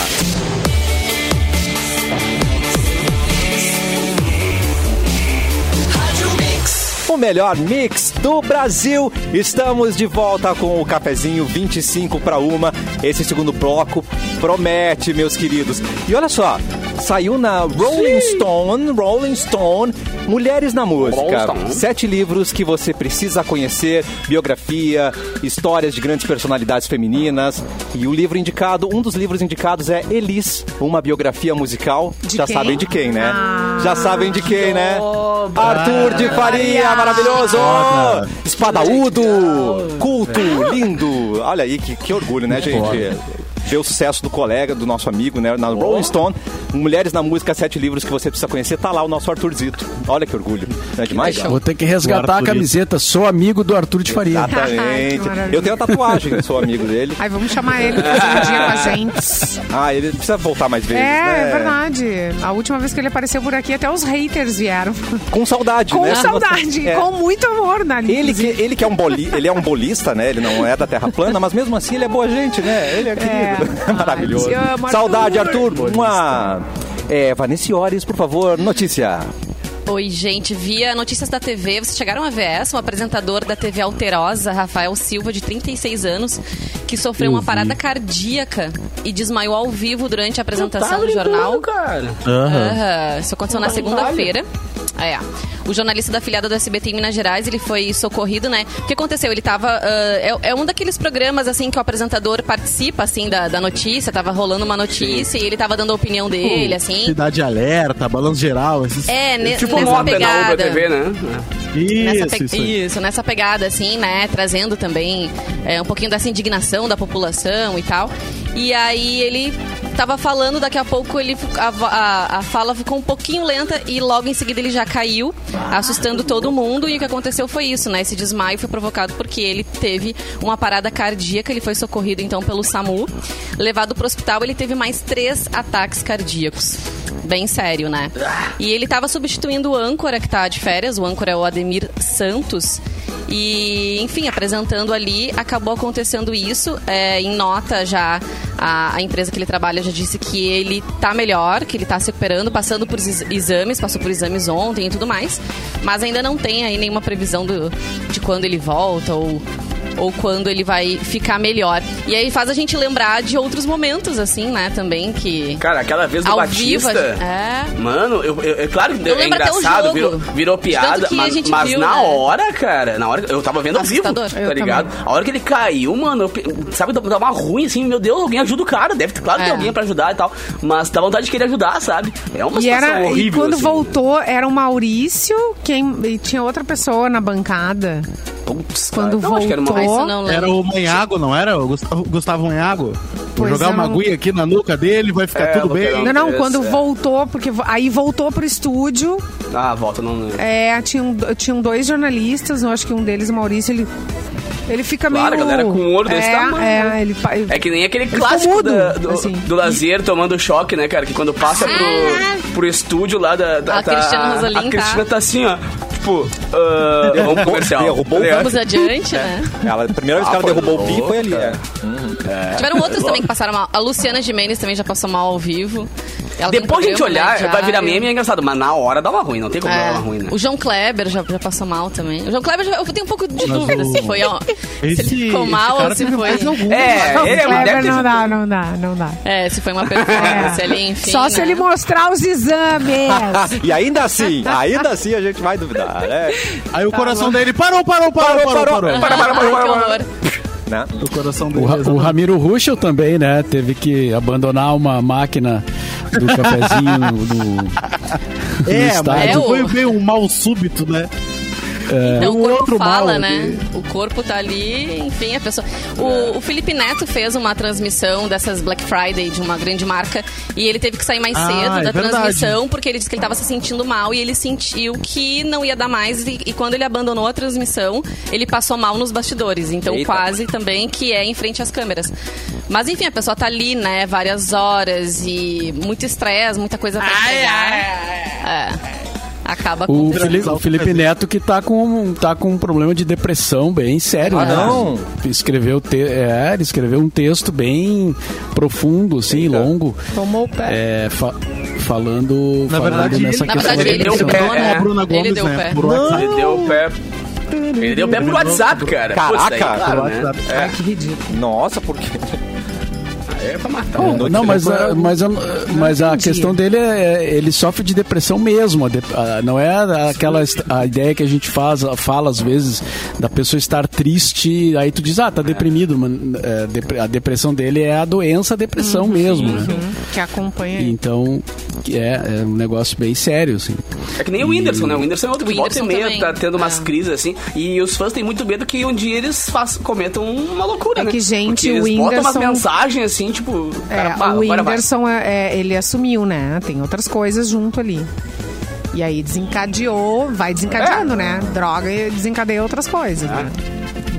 A: O melhor mix do Brasil. Estamos de volta com o cafezinho 25 para uma. Esse segundo bloco promete, meus queridos. E olha só, saiu na Rolling Stone, Rolling Stone, Mulheres na Música.
B: Rolling Stone.
A: Sete livros que você precisa conhecer, biografia, histórias de grandes personalidades femininas. E o livro indicado, um dos livros indicados é Elis, uma biografia musical.
C: De
A: Já
C: quem?
A: sabem de quem, né?
C: Ah.
A: Já sabem de quem, né? Arthur de Faria, maravilhoso!
D: Foda.
A: Espadaúdo, culto, lindo. Olha aí, que, que orgulho, né, gente? Ver o sucesso do colega, do nosso amigo, né? Na Rolling Stone. Mulheres na Música, Sete Livros que você precisa conhecer. Tá lá o nosso Arthurzito. Olha que orgulho. Não é demais?
E: Vou ter que resgatar a
D: Arthurito.
E: camiseta. Sou amigo do Arthur de Faria.
C: Ai, que
A: Exatamente.
C: maravilha.
A: Eu tenho a tatuagem, sou amigo dele.
C: Aí vamos chamar ele pra fazer um dia com a gente.
A: Ah, ele precisa voltar mais
C: É,
A: vezes, né?
C: é verdade. A última vez que ele apareceu por aqui, até os haters vieram.
A: Com saudade,
C: Com
A: né?
C: saudade,
A: É.
C: com muito amor, né, Dani.
A: Ele que, ele que é um boli, ele é um bolista, né? Ele não é da Terra plana, mas mesmo assim ele é boa gente, né? Ele é querido.
C: Ai,
A: Maravilhoso.
C: te amo,
A: Saudade,
C: Arthur.
A: Arthur. Uma... É, Vanessiores, por favor, notícia.
F: Oi, gente. Via notícias da TV, vocês chegaram a ver essa? Um apresentador da TV Alterosa, Rafael Silva, de 36 anos, que sofreu uma parada cardíaca e desmaiou ao vivo durante a apresentação
D: tá
F: do jornal.
B: cara.
F: Aham, Isso aconteceu na segunda-feira. É. O jornalista da filiada do SBT em Minas Gerais, ele foi socorrido, né? O que aconteceu? Ele tava. ah, é, é um daqueles programas, assim, que o apresentador participa, assim, da, da notícia. Tava rolando uma notícia e ele tava dando a opinião dele,
C: É.
F: assim.
D: Cidade Alerta, Balanço Geral, esses...
F: É, ne,
B: Tipo
F: nessa
B: moda na Ubra
F: pegada.
B: TV, né?
F: Nessa pe- isso,
D: Isso, isso. aí.
F: nessa pegada, assim, né? Trazendo também é, um pouquinho dessa indignação da população e tal. E aí ele tava falando, daqui a pouco ele fi- a, vo- a- a fala ficou um pouquinho lenta e logo em seguida ele já caiu, assustando todo mundo. E o que aconteceu foi isso, né? Esse desmaio foi provocado porque ele teve uma parada cardíaca, ele foi socorrido então pelo SAMU. Levado pro hospital, ele teve mais três ataques cardíacos bem sério, né? E ele tava substituindo o âncora que tá de férias, o âncora é o Ademir Santos. E, enfim, apresentando ali, acabou acontecendo isso. É, em nota já, a, a empresa que ele trabalha já disse que ele tá melhor, que ele tá se recuperando, passando por ex- exames, passou por exames ontem e tudo mais. Mas ainda não tem aí nenhuma previsão do, de quando ele volta ou ou quando ele vai ficar melhor. E aí faz a gente lembrar de outros momentos, assim, né, também, que...
B: Cara, aquela vez do
F: Ao vivo,
B: Batista.
F: a gente- é.
B: Mano, eu, eu- é claro que
F: Eu
B: é
F: lembro até o
B: engraçado,
F: jogo.
B: virou, virou
F: De tanto
B: piada,
F: que a
B: mas,
F: gente
B: mas
F: viu,
B: na
F: né?
B: hora, cara, na hora eu tava vendo ao vivo,
F: Assustador.
B: tá
C: Eu
B: ligado? A hora que ele caiu, mano, eu pe- sabe, tava ruim assim, meu Deus, alguém ajuda o cara, deve ter, claro que
F: É.
B: tem alguém pra ajudar e tal, mas dá vontade de querer ajudar, sabe? É uma
C: E,
B: situação
C: era,
B: horrível.
C: e quando
B: assim.
C: voltou, era o Maurício quem, e tinha outra pessoa na bancada.
B: Putz, cara.
C: Quando
B: Não, acho que era uma-
C: voltou,
F: Ah, isso eu não lembro.
D: Era o Manhago, não era? O Gustavo, Gustavo Manhago? Vou
C: Pois
D: jogar
C: eu
D: uma
C: não-
D: agulha aqui na nuca dele, vai ficar
B: É,
D: tudo
B: vou pegar
D: bem.
B: um-
C: Não, não,
B: Esse,
C: quando
B: é.
C: voltou, porque vo- aí voltou pro estúdio,
B: Ah, volta, não lembro.
C: é, tinham, tinham dois jornalistas, eu acho que um deles, o Maurício, ele, ele fica
B: Claro,
C: meio...
B: a galera com um olho desse
C: é,
B: tamanho,
C: É,
B: né?
C: ele... pa-
B: É que nem aquele
C: ficou
B: clássico
C: mudo,
B: da- do,
C: assim.
B: do lazer tomando choque, né, cara? Que quando passa pro, pro estúdio lá da. da
F: Ah! A Cristina Rosolim
B: a
F: tá-
B: Cristina tá assim, ó. Tipo, ah, vamos pro comercial.
A: Derrubou o
B: Tá ligado?
F: Vamos adiante, né?
A: Ela, a primeira vez que
B: Ah,
A: ela
B: foi
A: derrubou o pi
B: louca.
A: foi ali. é.
F: Tiveram outros também que passaram mal. A Luciana Gimenez também já passou mal ao vivo. Ela tem um
B: Depois de a gente
F: programa,
B: olhar,
F: né,
B: vai virar
F: diário.
B: meme e é engraçado. Mas na hora dava ruim, não tem como dar
F: É.
B: uma ruim, né?
F: O João Kleber já, já passou mal também. O João Kleber, já- eu tenho um pouco de dúvida
D: o-
F: se foi, ó.
D: Esse-
F: se ele ficou
D: esse
F: mal
D: cara
F: ou se
D: teve
F: foi.
D: mais algum.
B: É,
C: Não,
B: ele é
C: Kleber,
B: deve ter
C: não
B: sido-
C: dá, não dá, não dá.
F: É, se foi uma
C: É.
F: performance ali, enfim.
C: Só se
F: né?
C: ele mostrar os exames.
A: Ah, e ainda assim, ainda assim a gente vai duvidar, né?
D: Aí o
C: Tá,
D: coração dele parou, parou, parou,
A: Parou,
D: parou, parou.
A: parou.
F: Para, para, para, para, para.
A: Né?
D: O coração
E: O,
D: dele.
E: Ra- o Ramiro Ruschel também, né? Teve que abandonar uma máquina do cafezinho no, no- no
D: é, mas
E: estádio.
F: É,
D: foi
F: o-
D: meio um mal súbito, né?
F: Então
D: Um
F: o corpo
D: outro
F: fala,
D: mal
F: né? O corpo tá ali, enfim, a pessoa. O, o Felipe Neto fez uma transmissão dessas Black Friday de uma grande marca e ele teve que sair mais
D: Ah,
F: cedo
D: é
F: da
D: verdade.
F: transmissão porque ele disse que ele tava se sentindo mal e ele sentiu que não ia dar mais e, e quando ele abandonou a transmissão, ele passou mal nos bastidores. Então
B: Eita.
F: quase também que é em frente às câmeras. Mas enfim, a pessoa tá ali, né, várias horas e muito estresse, muita coisa pra entregar. É. Acaba
E: O
F: acontecendo.
E: Felipe, o Felipe Neto que tá com, um- tá com um problema de depressão bem sério,
A: Ah,
E: né?
A: não?
E: Escreveu, te, é, ele escreveu um texto bem profundo, assim, longo.
C: Tomou o pé.
E: É, fa- falando,
D: Na
E: falando
D: verdade,
E: nessa
D: ele-
F: Na
E: questão
F: verdade,
E: da
F: ele
B: deu pé.
E: depressão.
F: abandonou,
B: É.
D: É, a Bruna
F: Ele
D: Gomes,
F: deu
D: né?
F: pé.
D: Por WhatsApp.
B: Ele deu o pé. Ele deu o pé pro WhatsApp, cara.
A: Caraca.
B: Putz, daí,
D: Por
B: claro, né?
D: WhatsApp.
C: Ai, que ridículo.
A: Nossa, por quê?
B: É pra matar.
E: Não, não, mas, a, mas, a, mas a questão dele é ele sofre de depressão mesmo. a de- a- não é aquela est- a ideia que a gente faz, fala às vezes da pessoa estar triste, aí tu diz, ah, tá deprimido, mano. É, dep- a depressão dele é a doença, a depressão mesmo. né?
C: Que acompanha aí.
E: Então, que é, é um negócio bem sério, assim.
B: É que nem o Whindersson, né? O Whindersson é outro que volta e
F: Whindersson
B: meia
F: também.
B: tá tendo umas
F: É.
B: crises assim. E os fãs têm muito medo que um dia eles façam, cometam uma loucura,
C: É
B: né?
C: que, gente,
B: Porque eles
C: o
B: botam umas
C: Whindersson-
B: mensagens assim, tipo.
C: É,
B: cara, pá,
C: o
B: agora vai.
C: Whindersson, é, é, ele assumiu, né? Tem outras coisas junto ali. E aí desencadeou, vai
B: É.
C: desencadeando, né? Droga e desencadeia outras coisas, né?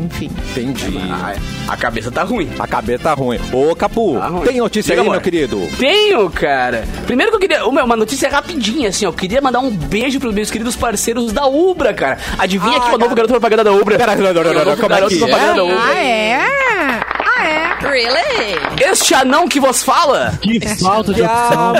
C: Enfim.
A: Entendi.
B: Ah, A cabeça tá ruim.
A: A cabeça tá ruim. Ô, Capu,
B: Tá ruim.
A: tem notícia
B: Diga,
A: aí,
B: amor.
A: meu querido?
B: Tenho, cara. Primeiro que eu queria. Uma, uma notícia rapidinha, assim, ó. Eu queria mandar um beijo pros meus queridos parceiros da Ubra, cara. Adivinha quem é o novo garoto propaganda da Ubra?
A: Pera, não, não, não,
B: Quem é o
A: não,
B: novo
A: como é
B: garoto
A: que é?
B: propaganda da
C: Ah,
B: Ubra?
C: é? Ah, é?
F: Really?
B: Este anão que vos fala?
D: Que falta de opção.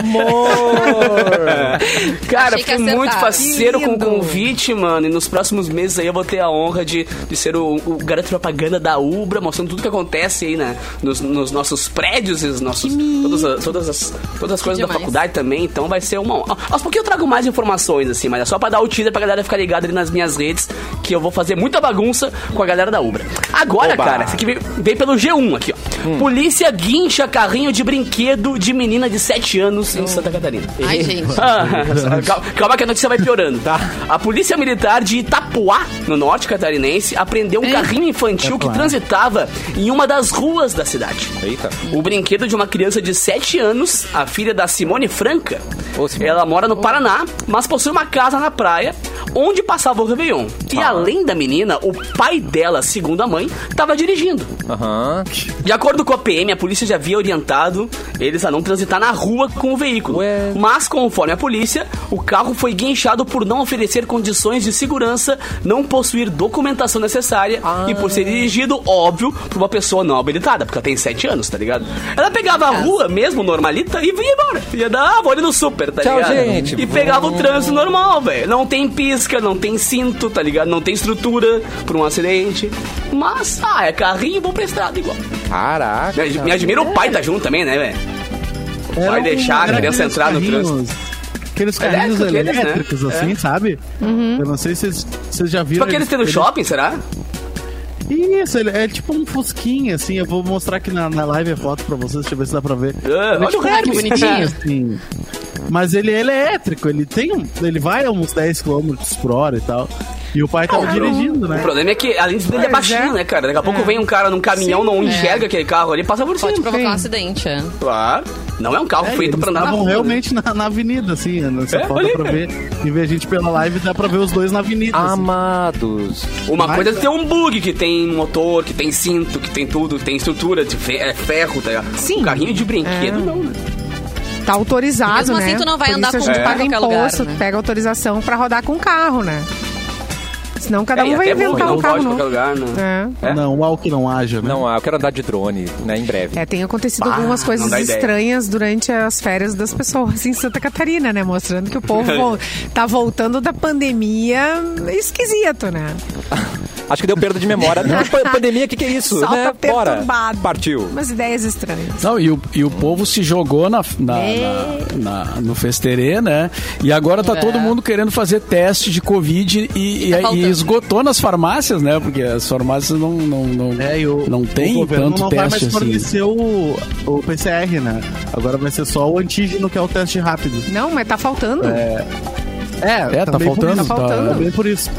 A: amor!
B: Cara,
F: Achei que
B: fiquei muito
F: acertaram.
B: parceiro com o
C: Lindo.
B: convite, mano. E nos próximos meses aí eu vou ter a honra de, de ser o, o garoto propaganda da Ubra, mostrando tudo que acontece aí, né? Nos, nos nossos prédios e os nossos. Todas, as- todas as, todas as coisas da
F: demais.
B: faculdade também. Então vai ser uma. honra. Aos pouquinho eu trago mais informações, assim, mas é só pra dar o teaser pra galera ficar ligada ali nas minhas redes, que eu vou fazer muita bagunça com a galera da Ubra. Agora,
A: Oba.
B: cara, esse aqui vem, vem pelo G1 aqui, ó. Polícia guincha carrinho de brinquedo de menina de 7 anos em Santa Catarina.
F: Hum. Ai, gente.
B: Ah, calma, calma que a notícia vai piorando. tá? A polícia militar de Itapuá, no norte catarinense, apreendeu
A: É.
B: um carrinho infantil que transitava em uma das ruas da cidade.
A: Eita.
B: O brinquedo de uma criança de 7 anos, a filha da Simone Franca.
A: Ô, Simone.
B: Ela mora no Paraná, mas possui uma casa na praia onde passava o Réveillon. E
A: Tá.
B: além da menina, o pai dela, segundo a mãe, estava dirigindo.
A: Aham.
B: De acordo com a PM, a polícia já havia orientado eles a não transitar na rua com o veículo.
A: Ué.
B: Mas, conforme a polícia, o carro foi guinchado por não oferecer condições de segurança, não possuir documentação necessária e por ser
A: Ah.
B: dirigido, óbvio, por uma pessoa não habilitada, porque ela tem 7 anos, tá ligado? Ela pegava a rua mesmo, normalita, e vinha embora. Ia dar, ah, vou ali no super, tá
A: Tchau,
B: ligado?
A: gente.
B: E pegava o trânsito normal, velho. Não tem pisca, não tem cinto, tá ligado? Não tem estrutura por um acidente. Mas, ah, é carrinho, vou pra estrada igual. Me,
A: Caraca.
B: ad- me admira o pai tá junto também, né, velho? Vai deixar a
D: Era um
B: criança
D: aqueles
B: entrar no
D: carrinhos-
B: trânsito.
D: Aqueles carrinhos
B: Elétrico, aqueles, né?
D: elétricos, assim, sabe? Eu não sei se vocês- vocês já viram.
B: Tipo aqueles que tem no
D: Eles-
B: shopping, será?
D: Isso, ele é tipo um fusquinha, assim. Eu vou mostrar aqui na, na live a foto pra vocês, deixa eu ver se dá pra ver.
B: Ah, olha o
F: Ah, que
B: Hermes.
F: bonitinho.
D: Assim, mas ele é elétrico, ele tem um, ele vai a uns 10 km por hora e tal. E o pai tava dirigindo, né?
B: O problema é que, além disso, ele é
C: Pois é.
B: baixinho, né, cara? Daqui a pouco vem um cara num caminhão, não enxerga aquele carro ali, passa por cima.
F: Pode provocar
D: sim.
F: um acidente, é.
B: Claro. Não é um carro
D: É,
B: feito
D: eles
B: pra andar na
D: estavam
B: rua. né?
D: realmente na, na avenida, assim, nessa
B: É,
D: foto
B: olha aí,
D: dá pra ver. E ver a gente pela live, dá pra ver os dois na avenida.
E: Ah,
D: assim.
A: Amados.
B: Uma
D: Mas-
B: coisa é ter um bug que tem motor, que tem cinto, que tem tudo, que tem estrutura, de fe- é ferro, tá ligado?
C: Sim.
B: Um carrinho de brinquedo,
C: É.
B: não, né?
C: Tá autorizado,
F: Mesmo
C: né?
F: assim, tu não vai
C: Por
F: andar
C: isso a
F: com
C: gente
F: um
C: paga
F: em qualquer
C: imposto,
F: lugar, né?
C: pega autorização pra rodar com o carro, né? Senão cada
B: É, e
C: um vai
B: até bom,
C: inventar
B: não
C: um carro
B: pode em qualquer
C: novo.
B: lugar, né?
C: É.
B: É.
D: Não, ao que não haja, né?
A: Não, ah, eu quero andar de drone, né, em breve.
C: É, tem acontecido
B: Bah,
C: algumas
B: não
C: coisas
B: dá ideia.
C: estranhas durante as férias das pessoas em Santa Catarina, né? Mostrando que o povo vo- tá voltando da pandemia esquisito, né?
A: Acho que deu perda de memória. Não, pa- pandemia, o que, que é isso?
C: Só
A: né?
C: tá
A: Bora.
C: perturbado.
A: Partiu.
C: Umas ideias estranhas.
E: Não, e o, e o povo se jogou na, na- na- na- no festerê, né? E agora tá
F: É.
E: todo mundo querendo fazer teste de Covid e, e-
F: tá
E: e
F: faltando.
E: esgotou nas farmácias, né? Porque as farmácias não, não, não,
D: É, e o,
E: não
D: o
E: tem
D: governo
E: tanto
D: não vai
E: teste
D: mais
E: assim.
D: fornecer o, o PCR, né? Agora vai ser só o antígeno, que é o teste rápido.
C: Não, mas tá faltando.
D: É,
E: É, tá
D: também por
E: faltando,
D: isso.
E: tá-
D: Também por isso.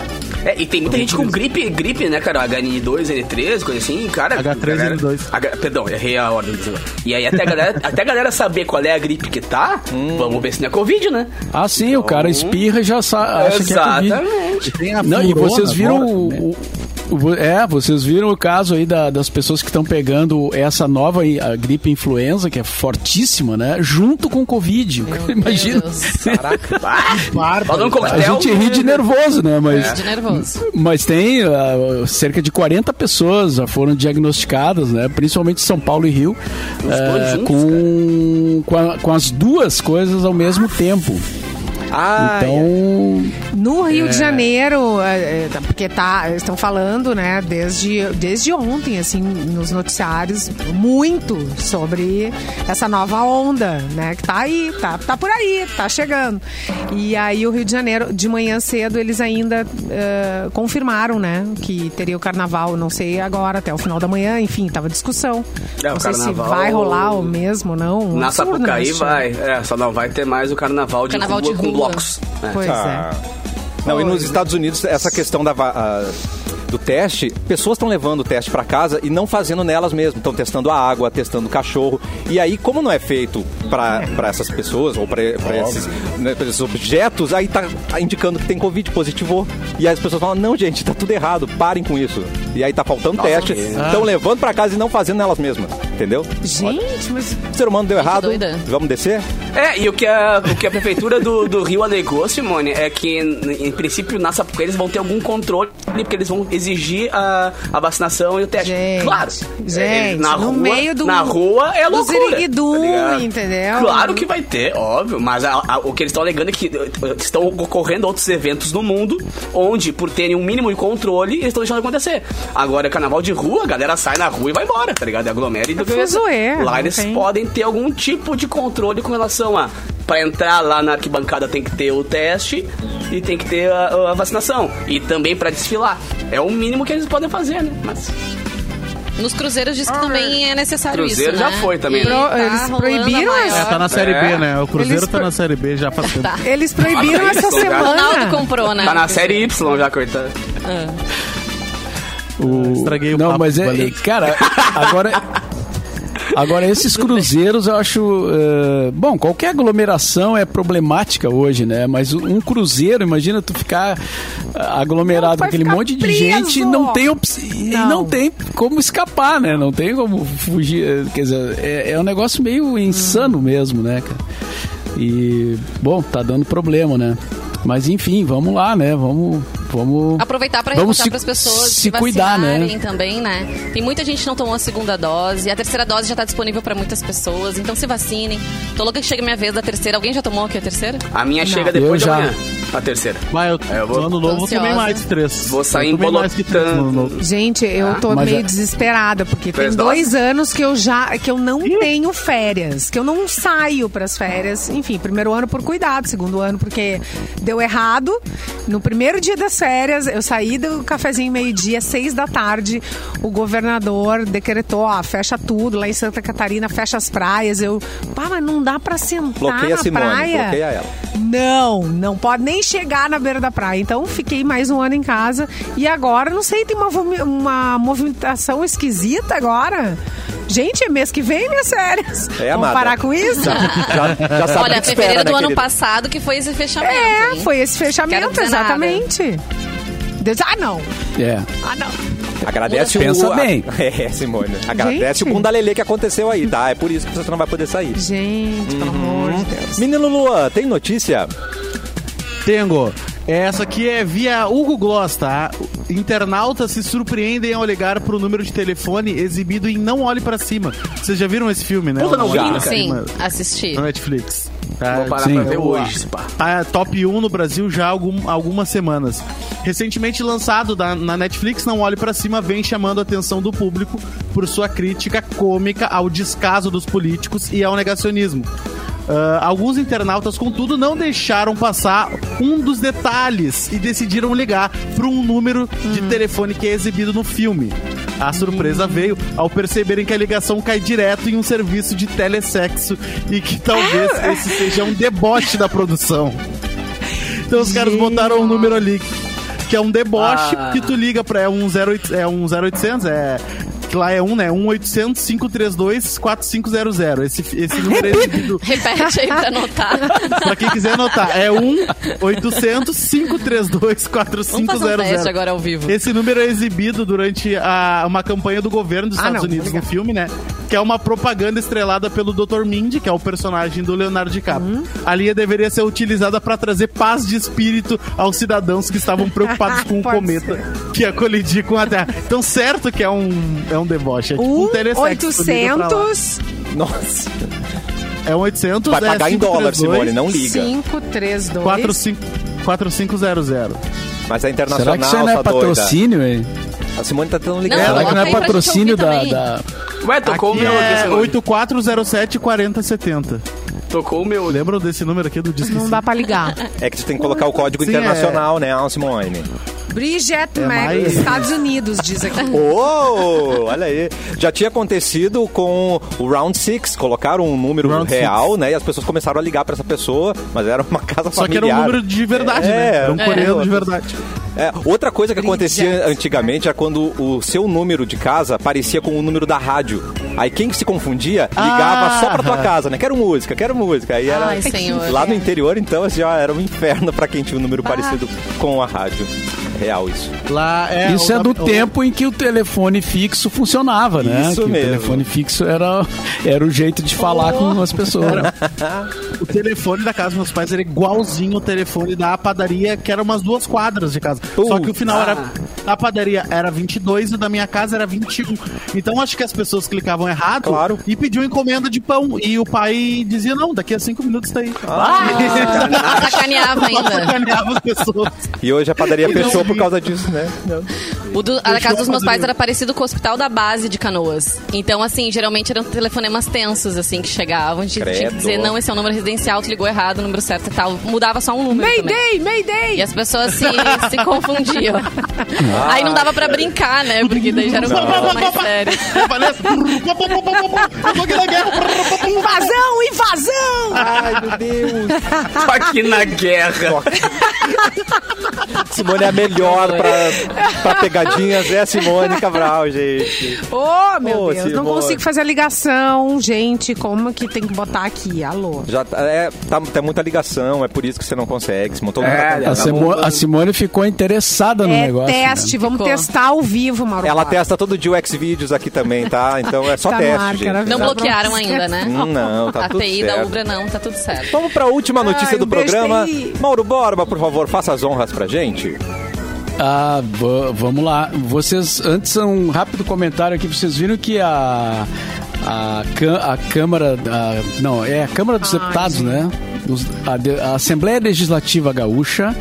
B: É, e tem muita gente com gripe, gripe, né, cara? HN2, N3, coisa assim, cara.
D: H3N2.
B: galera- H- perdão, errei a ordem. do negócio. E aí, até a, galera, até a galera saber qual é a gripe que tá,
E: Hum.
B: vamos ver se não é Covid, né?
E: Ah, sim, o cara
F: Então,
E: espirra e já sa- acha que é Covid.
B: Exatamente.
D: Tem a
E: Não, e
D: furona
E: vocês viram
D: agora
E: o-
D: também.
E: o- o- É, vocês viram o caso aí da- das pessoas que estão pegando essa nova aí, a gripe influenza, que é fortíssima, né? Junto com o Covid. Imagina.
F: Meu Deus.
A: Caraca.
D: Bárbaro.
B: Fazendo um
E: A
B: coquetel. É.
E: gente ri de nervoso, né? Mas,
F: De nervoso.
E: mas tem ah, cerca de 40 pessoas já foram diagnosticadas, né? Principalmente em São Paulo e Rio,
B: dois
E: eh,
B: juntos,
E: com, com, a- com as duas coisas ao mesmo tempo.
A: Ah,
E: Então,
C: No Rio de Janeiro, é, é, tá- porque tá, estão falando, né, desde, desde ontem, assim, nos noticiários, muito sobre essa nova onda, né, que tá aí, tá, tá por aí, tá chegando. E aí o Rio de Janeiro, de manhã cedo, eles ainda é, confirmaram, né, que teria o carnaval, não sei agora, até o final da manhã, enfim, tava discussão.
B: É, o
C: não sei se
B: carnaval-
C: vai rolar o mesmo, ou não. Um
B: Na
C: absurdo, né,
B: Sapucaí
C: isso?
B: vai. É, só não vai ter mais o carnaval de,
F: Carnaval
B: rua,
F: de
B: com
F: rua.
B: blocos. É.
C: Pois é.
A: Ah. Não, e nos Estados Unidos, essa questão da, va- ah, do teste, pessoas estão levando o teste para casa e não fazendo nelas mesmo. Estão testando a água, testando o cachorro. E aí, como não é feito para essas pessoas ou para esses, né, pra esses objetos, aí tá tá indicando que tem Covid, positivou. E aí as pessoas falam: não, gente, tá tudo errado, parem com isso. E aí tá faltando teste, estão levando para casa e não fazendo nelas mesmas. Entendeu?
C: Gente, mas
A: O ser humano deu errado,
F: doida.
A: vamos descer?
B: É, e o que a, o que a prefeitura do, do Rio alegou, Simone, é que, em, em princípio, na Sapucaí eles vão ter algum controle, porque eles vão exigir a, a vacinação e o teste.
C: Gente,
B: claro.
C: gente,
B: É, na
C: no
B: rua,
C: meio do-
B: Na rua é
C: do
B: loucura.
C: ziriguidum,
B: ligado?
C: entendeu?
B: Claro que vai ter, óbvio, mas a- a- o que eles estão alegando é que eh, estão ocorrendo outros eventos no mundo, onde, por terem um mínimo de controle, eles estão deixando acontecer. Agora, é carnaval de rua, a galera sai na rua e vai embora, tá ligado? Aglomera e do
C: fuzuê,
B: Lá
C: É não
B: eles
C: tem.
B: podem ter algum tipo de controle com relação a. Pra entrar lá na arquibancada tem que ter o teste e tem que ter a, a vacinação. E também pra desfilar. É o mínimo que eles podem fazer, né? Mas
F: Nos cruzeiros diz que também é necessário
B: Cruzeiro
F: isso,
B: já
F: né?
B: foi também,
F: E
B: né?
C: Pro-
F: tá
C: eles
F: rolando
C: proibiram
F: a
C: essa-
D: É,
F: maior.
D: tá na Série
B: É.
D: B, né? O Cruzeiro
C: Eles
D: tá
C: pro-
D: na Série B já faz tempo.
C: eles proibiram
B: Olha
C: essa
B: isso, o
C: semana.
F: Ronaldo comprou, né?
B: tá na série Y já, coitado.
E: o...
D: Estraguei o
E: Não,
D: papo,
E: mas é,
D: valeu.
E: é- Cara, agora... é- Agora, esses cruzeiros eu acho. eh, bom, qualquer aglomeração é problemática hoje, né? Mas um cruzeiro, imagina tu ficar ah, aglomerado
C: Não, tu
E: com
C: vai
E: aquele
C: ficar
E: monte de
C: preso.
E: gente não tem opção. E
C: Não.
E: não tem como escapar, né? Não tem como fugir. eh, Quer dizer, é, é um negócio meio
C: Hum.
E: insano mesmo, né, cara? E, bom, tá dando problema, né? Mas enfim, vamos lá, né? Vamos. vamos
F: Aproveitar para
E: vamos
F: reforçar
E: se-
F: para as pessoas
E: se cuidar,
F: vacinarem
E: né?
F: também, né? Tem muita gente que não tomou a segunda dose, a terceira dose já está disponível para muitas pessoas, então se vacinem. Tô louca que chega a minha vez da terceira. Alguém já tomou aqui a terceira?
B: A minha chega depois
E: Eu
B: da
E: já.
B: manhã. A terceira.
D: Mas eu,
B: É, eu vou-
D: no ano novo eu tomei
F: ansiosa.
D: mais de três.
B: Vou sair
D: Eu tomei
B: embolotando.
D: mais que três no ano novo.
C: Gente, eu tô
E: mas
C: meio
E: é-
C: desesperada, porque tem
B: Três
C: dois anos que eu já que eu não tenho férias, que eu não saio pras férias. Enfim, primeiro ano por cuidado, segundo ano porque deu errado. No primeiro dia das férias, eu saí do cafezinho meio-dia, seis da tarde, o governador decretou, ó, fecha tudo lá em Santa Catarina, fecha as praias. Eu, pá, mas não dá pra sentar
A: Bloqueia
C: Tá na
A: a Simone,
C: praia.
A: bloqueia ela.
C: Não, não pode nem chegar na beira da praia. Então fiquei mais um ano em casa e agora não sei, tem uma, vomi- uma movimentação esquisita agora. Gente, é mês que vem minhas férias.
A: É,
C: Vamos
A: amada. Tá.
C: parar com isso?
A: Já, já sabe o que
F: Olha,
A: espera,
F: fevereiro
A: né,
F: do ano
A: querida?
F: passado que foi esse fechamento.
C: É,
F: hein?
C: foi esse
F: Quero
C: fechamento,
F: dizer nada.
C: exatamente. Deus- Ah, não.
E: É.
C: Ah, não.
A: Agradece
E: Pensa
A: o... a-
E: bem.
A: É, Simone. Agradece
C: Gente.
A: o Kundalele que aconteceu aí, tá? É por isso que você não vai poder sair.
C: Gente,
A: Uhum.
C: pelo amor de Deus.
A: Menino Luan, tem notícia?
D: Tengo. Essa aqui é via Hugo Gloss, tá? Internautas se surpreendem ao ligar pro número de telefone exibido em Não Olhe Pra Cima. Vocês já viram esse filme, né?
B: Puta, não vi, cara.
F: Sim,
D: Mas-
F: assisti.
D: Na Netflix. Tá,
B: Vou parar
E: Sim.
B: pra ver hoje, se pá.
D: tá top 1 no Brasil já há algum- algumas semanas. Recentemente lançado da- na Netflix, Não Olhe Pra Cima vem chamando a atenção do público por sua crítica cômica ao descaso dos políticos e ao negacionismo. Ah, alguns internautas, contudo, não deixaram passar um dos detalhes e decidiram ligar para um número de
B: Hum.
D: telefone que é exibido no filme. A surpresa veio ao perceberem que a ligação cai direto em um serviço de telesexo e que talvez
F: Ah!
D: esse seja um deboche da produção. Então os caras botaram um número ali que é um deboche
B: Ah.
D: que tu liga pra é um 08 é um 0800 é que lá é um, né? 1800 532 4500. Esse esse número é exibido
F: Repete aí pra anotar.
D: Pra quem quiser anotar, é 1 800 532
F: Vamos fazer um teste
D: 4500.
F: agora ao vivo.
D: Esse número é exibido durante a- uma campanha do governo dos
C: Ah,
D: Estados
C: não,
D: Unidos no
C: obrigada.
D: filme, né? Que é uma propaganda estrelada pelo Dr. Mindy, que é o personagem do Leonardo DiCaprio.
C: Hum.
D: A linha deveria ser utilizada para trazer paz de espírito aos cidadãos que estavam preocupados com o
C: Pode
D: cometa que ia colidir com a Terra. Então, certo que é
C: Uh,
D: um, é um deboche. É tipo um telesexo. tu liga pra lá.
C: 1-800...
A: Nossa.
D: É um 800
A: Vai
D: é
A: pagar em dólar,
D: 532,
A: Simone, não liga.
C: 5, 3, 2.
D: 45 4500.
A: Mas é internacional,
E: Será que isso aí não é
A: sua doida.
E: patrocínio, hein?
A: A Simone tá tentando ligar.
F: Não,
E: Será que não
F: coloca aí
E: é
F: pra gente
E: patrocínio da,
F: ouvir
E: da-
B: Ué, tocou o
D: Aqui
B: meu aqui,
D: é
B: Simone.
D: 8407 4070.
B: Tocou o meu. né?
D: Lembram desse número aqui do disco?
C: Não dá pra ligar.
A: É que tu tem que colocar o código
D: Sim,
A: internacional, né, ah, Simone?
C: Bridget
D: É
C: Mac,
D: mais-
C: Estados Unidos, diz aqui.
A: Oh, olha aí. Já tinha acontecido com o Round Six. Colocaram um número
D: Round
A: real, né? E as pessoas começaram a ligar pra essa pessoa, mas era uma casa
D: Só que
A: familiar.
D: era um número de
A: É,
D: verdade, né? Era um
A: é.
D: coreano de verdade.
A: É, outra coisa que acontecia antigamente era quando o seu número de casa parecia com o número da rádio. Aí quem que se confundia ligava
D: Ah,
A: só pra tua
D: aham.
A: casa, né? Quero música, quero música. Aí era
F: Ai, senhor. Ah.
A: lá no interior, então já era um inferno pra quem tinha um número parecido com a rádio. Real isso.
D: Lá
E: Isso
D: o
E: é do
D: nome- o-
E: tempo em que o telefone fixo funcionava, né?
A: Isso
E: que
A: mesmo.
E: o telefone fixo era, era o jeito de falar com as pessoas.
D: O telefone da casa dos meus pais era igualzinho o telefone da padaria, que era umas duas quadras de casa. Só que o final era.
A: Ah.
D: A padaria era 22 e o da minha casa era 21. Então acho que as pessoas clicavam errado
A: Claro.
D: e pediu encomenda de pão. E o pai dizia: não, daqui a cinco minutos tá aí.
A: Ah.
C: Ah!
F: Sacaneava ainda.
D: Sacaneava as pessoas.
A: E hoje a padaria
D: E não
A: fechou por
D: vi.
A: causa disso, né?
F: O do, a da casa dos meus
D: Deixa eu
F: pais era parecido com o hospital da base de Canoas. Então, assim, geralmente eram telefonemas tensos, assim, que chegavam. A gente tinha
A: Credo.
F: que dizer, não, esse é o número residencial, tu ligou errado, o número certo e tal. Mudava só um número também.
C: Mayday,
F: E
C: Mayday!
F: as pessoas se, se confundiam. Aí não dava pra brincar, né? Porque daí já era um problema mais sério.
D: Aparece. Eu tô aqui na guerra.
C: Invasão, invasão!
A: Ai, meu Deus.
B: Tô aqui na guerra.
A: Simone é a melhor pra, pra pegadinhas, é a Simone Cabral, gente.
C: Ô, meu
A: Ô,
C: Deus, não
A: Simone.
C: consigo fazer a ligação, gente. Como que tem que botar aqui? Alô?
A: Já tá, é, tá, tem muita ligação, é por isso que você não consegue. Simone, todo mundo tá
B: É,
A: tentando.
E: A, Simo- a Simone ficou interessada no
C: é
E: negócio. né?
C: teste, vamos
F: Ficou.
C: testar ao vivo, Mauro.
A: Um Ela
C: Borba.
A: testa todo dia o Xvideos aqui também, tá? Então é só
C: Tá no
A: teste,
C: ar,
A: gente.
C: cara.
F: Não
C: Tá
F: bloquearam
C: bom.
F: ainda, né?
A: Hum, Não, tá
F: a
A: tudo
F: TI da
A: certo.
F: Ubra não, tá tudo certo.
A: Vamos pra última notícia
C: Ai,
A: do
C: um beijo,
A: programa.
C: TI.
A: Mauro Borba, por favor, faça as honras pra gente.
E: Ah, va- vamos lá. Vocês, antes um rápido comentário aqui, vocês viram que a a, ca- a Câmara, da- não, é a Câmara dos Deputados, né? Os- a, de- a Assembleia Legislativa Gaúcha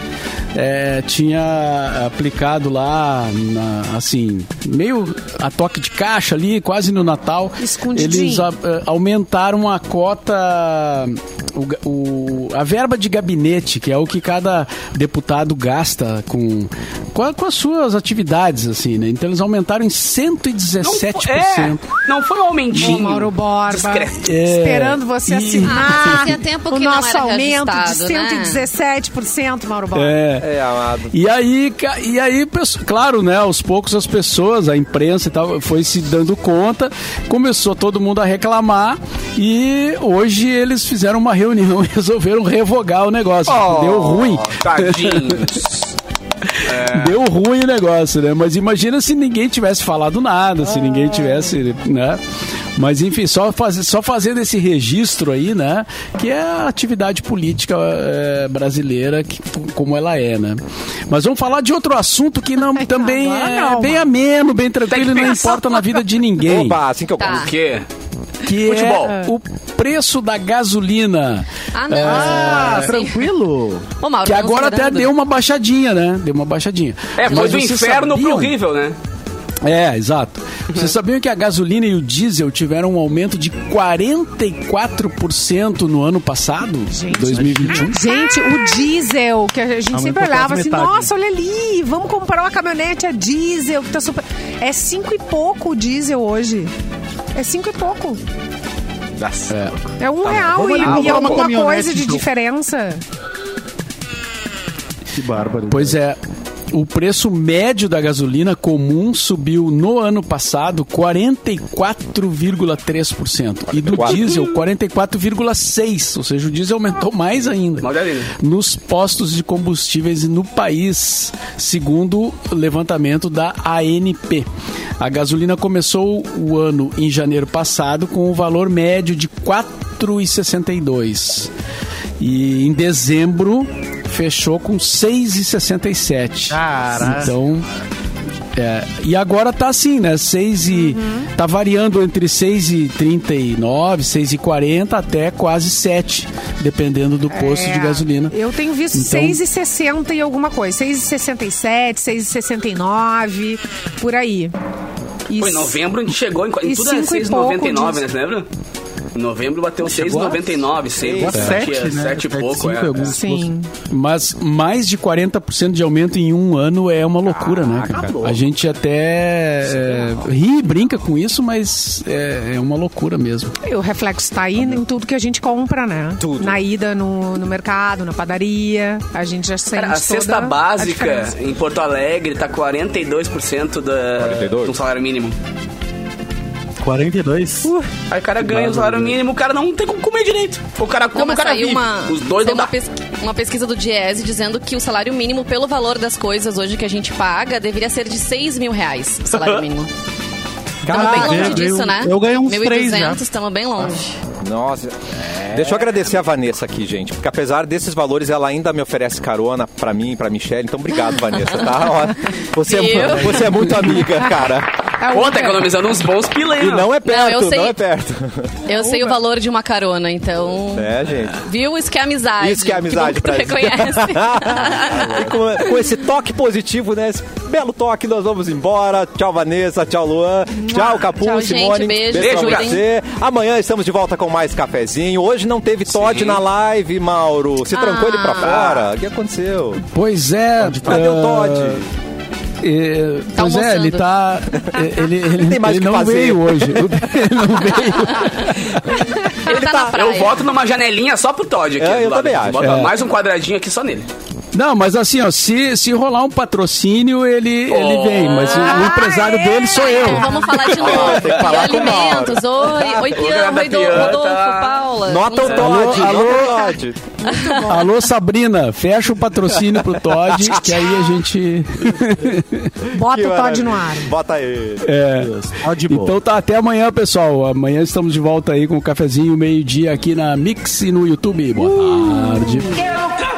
E: eh, tinha aplicado lá, na- assim, meio a toque de caixa ali, quase no Natal.
C: Escondidinho.
E: Eles a- eh, aumentaram a cota, o ga- o- a verba de gabinete, que é o que cada deputado gasta com, com, a- com as suas atividades, assim, né? Então eles aumentaram em 117%.
B: É, não foi um aumentinho.
C: Ô, Mauro Borba,
B: Discreto.
E: É.
C: esperando você
E: E-
C: assinar
F: Ah, fazia tempo
C: o
F: que não era
C: nosso aumento de
F: reajustado, né?
C: 117%, Mauro Borba.
E: É.
A: É, amado.
E: E aí, ca- e aí, pesso- claro, né? Aos poucos as pessoas, a imprensa e tal, foi se dando conta, começou todo mundo a reclamar e hoje eles fizeram uma reunião e resolveram revogar o negócio. Deu ruim.
B: Tadinhos.
E: Deu ruim o negócio, né? Mas imagina se ninguém tivesse falado nada, se ninguém tivesse, né? Mas enfim, só, faz, só fazendo esse registro aí, né? Que é a atividade política eh, brasileira, que, como ela é, né? Mas vamos falar de outro assunto que não, também
C: agora
E: é
C: não,
E: bem ameno, bem tranquilo e não importa na vida de ninguém.
A: Opa, assim que eu
F: Tá.
B: O quê?
E: que
B: futebol.
E: é o preço da gasolina.
F: Ah, não.
D: Ah,
F: Sim.
D: tranquilo.
F: Ô, Mauro,
E: Que
F: tá nos
E: agora até
F: cobrando.
E: deu uma baixadinha, né? Deu uma baixadinha.
B: É, foi
E: Mas
B: do
E: vocês
B: inferno pro
E: sabiam?
B: horrível, né?
E: É, exato. Vocês sabiam que a gasolina e o diesel tiveram um aumento de 44% no ano passado, 2021?
C: Gente, o diesel, que a gente sempre
D: Aumentou quase
C: olhava assim,
D: metade.
C: nossa, olha ali, vamos comprar uma caminhonete a diesel, que tá super... É cinco e pouco o diesel hoje. É cinco e pouco.
E: É.
C: É um real
D: Tá vamos ali
C: e, e
D: comprar uma
C: alguma
D: caminhonete,
C: coisa de
D: então.
C: diferença.
D: Que bárbaro.
E: Pois é. O preço médio da gasolina comum subiu no ano passado 44,3% e do
A: 44.
E: diesel 44,6%, ou seja, o diesel aumentou mais ainda.
B: Magdalena.
E: Nos postos de combustíveis no país, segundo o levantamento da ANP. A gasolina começou o ano em janeiro passado com o valor médio de 4,62 e em dezembro fechou com 6,67.
D: Caraca.
E: Então, É, e agora tá assim, né? 6 e. Tá variando entre 6 e 39, 6 e 40 até quase 7, dependendo do posto
C: É.
E: de gasolina.
C: Eu tenho visto
E: Então-
C: 6,60 e alguma coisa. 6,67, 6,69, por aí. E
B: Foi em
C: s-
B: novembro, a gente chegou em, qu- em
C: e
B: tudo é era
C: cinco e
B: 6,99, né?
C: pouco
B: Você lembra? Em novembro bateu 6,99, 6,
D: a sete, né?
B: 7 e
D: Sete,
B: pouco.
E: cinco e algum.
B: É.
C: Sim.
E: Mas mais de 40% de aumento em um ano é uma loucura, né, cara?
B: acabou.
E: A gente até é, ri e brinca com isso, mas é, é uma loucura mesmo.
C: E O reflexo tá aí em tudo que a gente compra, né?
A: Tudo.
C: Na ida no, no mercado, na padaria. A gente já sente
B: Cara, a
C: toda
B: cesta
C: a
B: básica
C: diferença.
B: em Porto Alegre tá 42% da,
A: 42?
B: do salário mínimo.
D: é. 42?
B: Aí o cara ganha o salário
C: né?
B: mínimo, o cara não tem como comer direito. O cara come,
F: Não,
B: o
F: mas
B: cara
F: saiu
B: vive.
F: uma,
B: Os dois não
F: saiu
B: dá.
F: uma, pes- uma pesquisa do Diese dizendo que o salário mínimo, pelo valor das coisas hoje que a gente paga, deveria ser de 6 mil reais o salário mínimo. Estamos bem longe
D: eu-
F: disso, né?
D: eu ganhei uns três já.
F: 1.200, estamos bem longe.
A: Nossa. É. Deixa eu agradecer a Vanessa aqui, gente. Porque apesar desses valores, ela ainda me oferece carona pra mim e pra Michelle. Então, obrigado, Vanessa, tá? Ó, você, é,
F: Viu?
A: você é muito amiga, cara.
C: É
B: Pô, tá
C: Uber.
B: economizando uns bons pila aí,
A: E
B: né?
A: não é perto,
F: eu
A: não,
F: sei.
A: é perto.
F: Eu sei o valor de uma carona, então.
A: É, gente.
F: Viu? Isso que é amizade.
A: Isso que é amizade,
F: que bom que tu
A: Brasil.
F: reconhece.
A: E com, com esse toque positivo, né? Esse belo toque, nós vamos embora. Tchau, Vanessa. Tchau, Luan. Tchau, Capu,
F: Tchau, gente.
A: Simone.
F: Beijo,
A: pra
F: cuidem.
A: você. Amanhã estamos de volta com mais cafezinho. Hoje não teve Todd na live, Mauro. Se trancou ele pra fora. O que aconteceu?
E: Pois é.
A: tá? Cadê o
E: ah,
A: Todd?
E: É, pois é,
F: almoçando.
E: ele tá. é, Ele, ele,
A: tem mais o
E: ele
A: que
E: não
A: fazer.
E: veio hoje. Ele não veio.
F: Ele tá na praia.
B: Eu voto numa janelinha só pro Todd aqui.
A: É,
B: do
A: eu
B: lado.
A: também acho.
B: Bota
E: É.
B: mais um quadradinho aqui só nele.
E: Não, mas assim, ó, se, se rolar um patrocínio, ele, ele
B: Oh.
E: vem. Mas o, o empresário dele sou eu.
F: Então vamos falar de
A: Ó,
F: novo.
A: tem que
F: Oi,
A: falar com o Mauro.
F: alimentos, oi, oi, Piano,
B: da
F: oi, Do-
B: Pianta.
F: Rodolfo, Paula.
A: Nota o
F: Não-
A: Todd. nota
E: Alô,
A: o
E: alô.
A: Todd.
E: Alô, Sabrina, fecha o patrocínio pro Todd, que aí a gente.
C: Bota
A: Que
C: o Todd
A: maravilha.
C: no ar.
A: Bota ele.
E: É.
D: Ó, de boa.
E: Então tá, até amanhã, pessoal. Amanhã estamos de volta aí com o cafezinho, meio-dia aqui na Mix e no YouTube. Boa tarde.
G: Quero